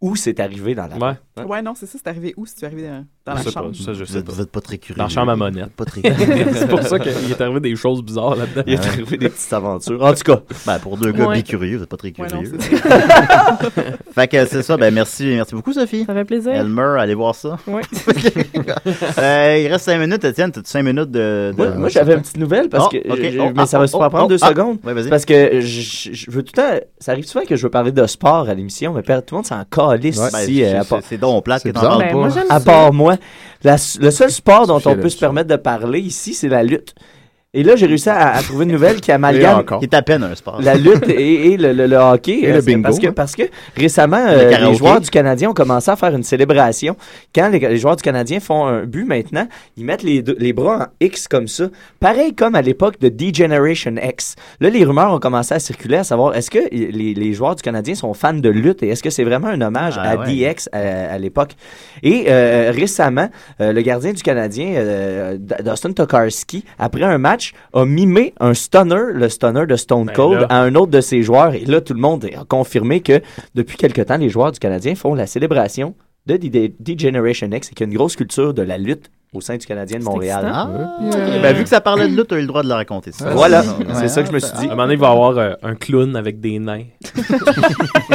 M: où c'est arrivé dans la. Hein?
Q: Ouais, non, c'est ça, c'est arrivé où si tu es arrivé dans, dans
N: Je
Q: la
N: sais
Q: chambre?
N: pas, ça, je
J: Vous
N: sais
J: êtes- vous êtes pas très curieux.
N: Dans la chambre à monnaie.
J: Pas très curieux. Hein?
N: c'est pour ça qu'il est arrivé des choses bizarres là-dedans.
J: [LAUGHS] Il est arrivé des petites aventures. En tout cas, ben, pour deux gars
N: Ouais.
J: bicurieux, vous êtes pas très
N: Ouais,
J: curieux.
N: non,
J: [LAUGHS] fait que c'est ça. Ben, merci, merci beaucoup, Sophie.
L: Ça fait plaisir.
J: Elmer, allez voir ça.
L: Oui.
J: Euh, il reste 5 minutes, Étienne. T'as-tu 5 minutes de. de-
M: Moi, moi, j'avais une petite nouvelle parce
J: Oh,
M: que. euh,
J: ok.
M: je-
J: Oh,
M: mais ça va
J: ah,
M: super
J: oh,
M: prendre
J: oh,
M: deux
J: ah.
M: secondes.
J: Ouais, vas-y.
M: parce que je, je veux tout le temps. Ça arrive souvent que je veux parler de sport à l'émission, mais per- tout le monde s'en calisse
J: Ouais.
M: ici.
J: Ben,
M: euh, à
J: c'est-
M: part-
J: c'est donc plate que t'en bizarre. parles Ben, pas. moi, j'aime
M: À
J: ça.
M: part moi, la s- le seul sport dont
J: Fier
M: on peut se permettre de parler ici, c'est la lutte. Et là, j'ai réussi à, à trouver une nouvelle qui amalgame
J: Qui est à peine un sport.
M: la lutte et, et le, le- le hockey.
J: Et le
M: Parce que-
J: bingo,
M: Parce que,
J: hein.
M: parce que récemment,
J: Le
M: euh, les
J: karaoké.
M: joueurs du Canadien ont commencé à faire une célébration. Quand les, les joueurs du Canadien font un but maintenant, ils mettent les, deux- les bras en X comme ça. Pareil comme à l'époque de D-Generation X. Là, les rumeurs ont commencé à circuler à savoir est-ce que i- les, les joueurs du Canadien sont fans de lutte et est-ce que c'est vraiment un hommage
J: Ah
M: à euh,
J: ouais.
M: DX à, à l'époque? Et euh, récemment, euh, le gardien du Canadien, euh, D- Dustin Tokarski, après un match, a mimé un stunner, le stunner de Stone
N: Ben
M: Cold,
N: là.
M: à un autre de ses joueurs. Et là, tout le monde a confirmé que depuis quelque temps, les joueurs du Canadien font la célébration de D- D- D-Generation X et qu'il y a une grosse culture de la lutte au sein du Canadien de Montréal. Ah.
J: excitant.
M: Ouais.
J: Ok, Ben, vu que ça parlait de lutte, t'as eu le droit de le raconter. ça.
M: Voilà,
J: Ouais,
M: c'est
J: ouais,
M: ça que je me suis
N: À un
M: dit.
N: moment donné, il va y avoir euh, un clown avec des nains.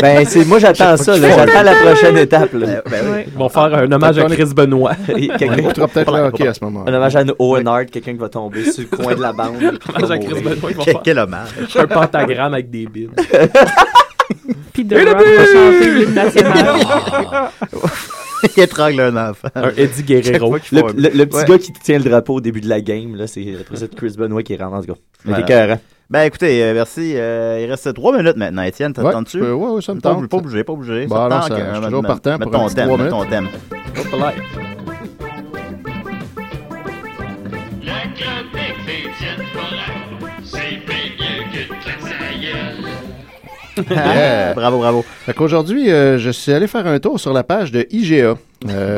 M: Ben, c'est moi j'attends ça, là. j'attends la prochaine étape. là.
N: Ils vont faire un hommage à Chris
M: [LAUGHS]
N: Benoit.
M: Et quelqu'un- Un hommage à Owen Hart, quelqu'un qui va tomber sur le coin de la bande.
N: hommage à Chris Benoit. ils vont faire
J: [LAUGHS]
N: Un pentagramme avec des billes.
L: Puis
N: Et
L: de
N: le
L: Rock va
N: but!
L: chanter l'hymne national.
J: Il étrangle un enfant.
N: Un Eddie Guerrero.
M: Le, le- le petit
J: Ouais.
M: gars qui tient le drapeau au début de la game, là, c'est après ça, Chris Benoit qui rentre en tout cas.
J: Voilà.
M: C'est écœurant.
J: Ben écoutez, euh, merci. Euh, il reste trois minutes maintenant, Étienne.
K: Ouais,
J: T'attends-tu?
K: je peux- ouais, ouais, ça me
J: Pas
K: tente.
J: obligé, Pas obligé, pas obligé.
K: Bon,
J: me
K: alors,
J: tente,
K: ça-
J: euh,
K: je suis
J: mets-
K: toujours
J: mets-
K: partant
J: mets
K: pour un
J: ton
K: petit
J: thème,
K: trois
J: mets ton
K: minutes.
J: thème. [LAUGHS]
K: [LAUGHS] Yeah.
J: Bravo, bravo.
K: Fait qu'aujourd'hui, euh, je suis allé faire un tour sur la page de IGA. Euh,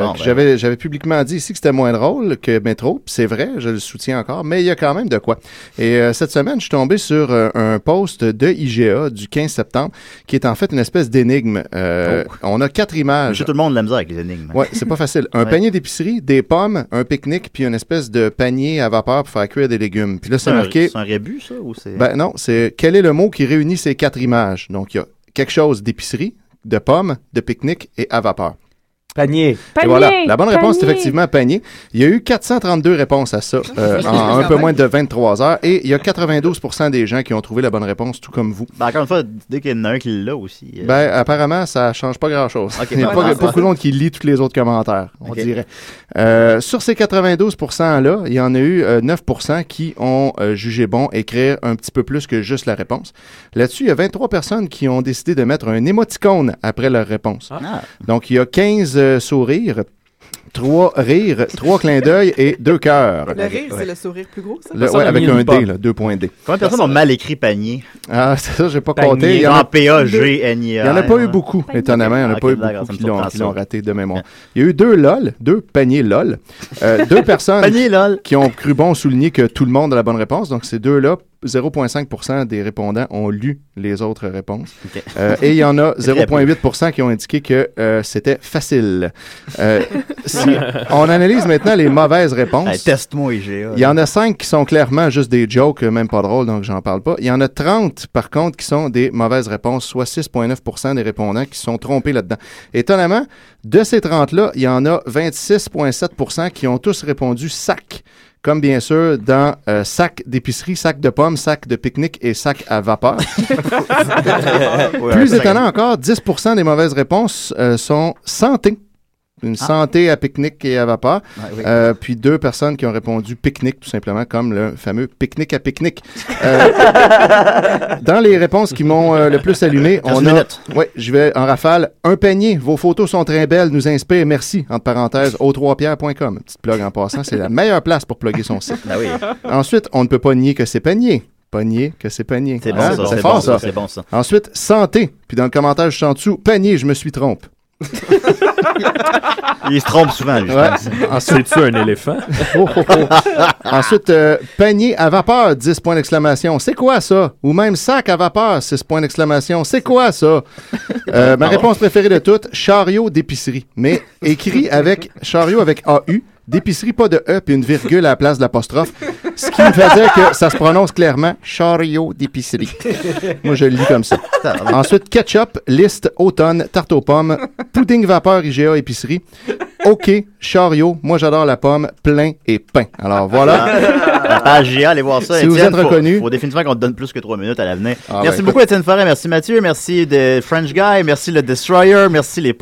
J: [LAUGHS] Bon,
K: que
J: ben.
K: J'avais j'avais publiquement dit ici que c'était moins drôle que Métro, puis c'est vrai, je le soutiens encore, mais il y a quand même de quoi. Et euh, cette semaine, je suis tombé sur euh, un post de IGA du 15 septembre, qui est en fait une espèce d'énigme. Euh, On a quatre images.
J: Oh. Monsieur, tout le monde a de la misère avec les énigmes.
K: Ouais, c'est pas facile.
J: [LAUGHS]
K: Un
J: Ouais.
K: panier d'épicerie, des pommes, un pique-nique, puis une espèce de panier à vapeur pour faire cuire des légumes. Puis là, c'est
J: un-
K: marqué.
J: C'est un rébus, ça, ou c'est.
K: Ben non, c'est quel est le mot qui réunit ces quatre images? Donc, il y a quelque chose d'épicerie, de pommes, de pique-nique et à vapeur.
M: Panier.
K: Et
M: Panier,
K: voilà, la bonne réponse est
M: panier.
K: effectivement panier. Il y a eu 432 réponses à ça
M: [LAUGHS]
K: euh, en un peu moins de 23 heures et il y a 92 des gens qui ont trouvé la bonne réponse, tout comme vous.
J: Ben, encore une fois, dès qu'il y en a un qui l'a aussi. euh,
K: Ben, apparemment, ça change pas grand-chose.
J: Ok, ben,
K: Il n'y a
J: pas
K: pas
J: grand-chose.
K: beaucoup de monde qui lit tous les autres commentaires, on
J: Ok.
K: dirait. Euh, sur ces 92 %-là, il y en a eu euh, 9 qui ont euh, jugé bon écrire un petit peu plus que juste la réponse. Là-dessus, il y a 23 personnes qui ont décidé de mettre un émoticône après leur réponse.
J: Ah.
K: Donc, il y a 15 euh, sourires, 3 rires, 3 clins d'œil et 2 cœurs.
Q: Le rire, c'est le sourire plus gros, ça?
K: Le- ouais, avec un D, là, deux points D.
J: Combien de personnes ont mal écrit panier?
K: Ah, c'est ça, j'ai pas
J: Panier.
K: compté. Il y en
J: En
K: a
J: P-A-G-N-I-A-R.
K: Il y en a pas eu beaucoup, étonnamment. Il y en a
J: Ok,
K: pas eu
J: d'accord, ça
K: beaucoup
J: me
K: qui l'ont,
J: surprend
K: qui
J: ça.
K: l'ont raté
J: [LAUGHS]
K: de mémoire. Il y a eu deux LOL, deux
J: [LAUGHS]
K: paniers LOL. euh, deux personnes
J: Panier
K: qui ont cru bon souligner que tout le monde a la bonne réponse. Donc, ces deux-là 0,5 des répondants ont lu les autres réponses. Euh, et il y en
J: [LAUGHS]
K: a 0,8 qui ont indiqué que euh, c'était facile.
J: [LAUGHS]
K: Euh, si on analyse maintenant les mauvaises réponses.
J: Hey, teste-moi, IGA.
K: Il y en a 5 qui sont clairement juste des jokes, euh, même pas drôles, donc j'en parle pas. Il y en a 30, par contre, qui sont des mauvaises réponses, soit 6,9 des répondants qui sont trompés là-dedans. Étonnamment, de ces 30-là, il y en a 26,7 qui ont tous répondu sac. Comme bien sûr dans euh, sac d'épicerie, sac de pommes, sac de pique-nique et sac à vapeur. Plus étonnant encore, 10 des mauvaises réponses euh, sont santé. Une santé à pique-nique et à vapeur.
J: oui.
K: Euh, puis deux personnes qui ont répondu pique-nique, tout simplement, comme le fameux pique-nique à pique-nique. Euh, [LAUGHS] dans les réponses qui m'ont euh, le plus allumé,
J: Quinze
K: on a.
J: minutes.
K: Oui, je vais en rafale. Un panier. Vos photos sont très belles, nous inspirent. Merci. Entre parenthèses, au3pierre.com. Petite plug en passant, c'est la meilleure place pour plugger son site.
J: Ah oui.
K: Ensuite, on ne peut pas nier que c'est panier. Pas nier que c'est panier.
J: C'est bon,
K: Hein?
J: ça, c'est
K: fort,
J: bon,
K: ça.
J: c'est bon, ça.
K: Ensuite, santé. Puis dans le commentaire juste en dessous, panier, je me suis trompe.
J: Il se trompe souvent, lui, je
K: Ouais.
J: pense.
K: Ensuite-
J: C'est-tu un éléphant?
K: Oh, oh, oh. Ensuite, euh, panier à vapeur, 10 points d'exclamation. C'est quoi ça? Ou même sac à vapeur, 6 points d'exclamation. C'est quoi ça? Euh, ma
J: Pardon.
K: réponse préférée de toutes, chariot d'épicerie. Mais écrit avec chariot avec AU, d'épicerie pas de E puis une virgule à la place de l'apostrophe. Ce qui me fait dire que ça se prononce clairement chariot d'épicerie. Moi, je le lis comme ça. Ensuite, ketchup, liste, automne, tarte aux pommes, pudding vapeur, IGA, épicerie. OK, chariot, moi j'adore la pomme, plein et pain. Alors voilà.
J: La page GA, allez voir ça.
K: Si vous
J: Étienne,
K: êtes reconnu.
J: Faut, faut définitivement qu'on te donne plus que trois minutes à l'avenir. merci
K: ouais,
J: beaucoup, Étienne Forêt. Merci, Mathieu. Merci, de French Guy. Merci, le Destroyer. Merci, les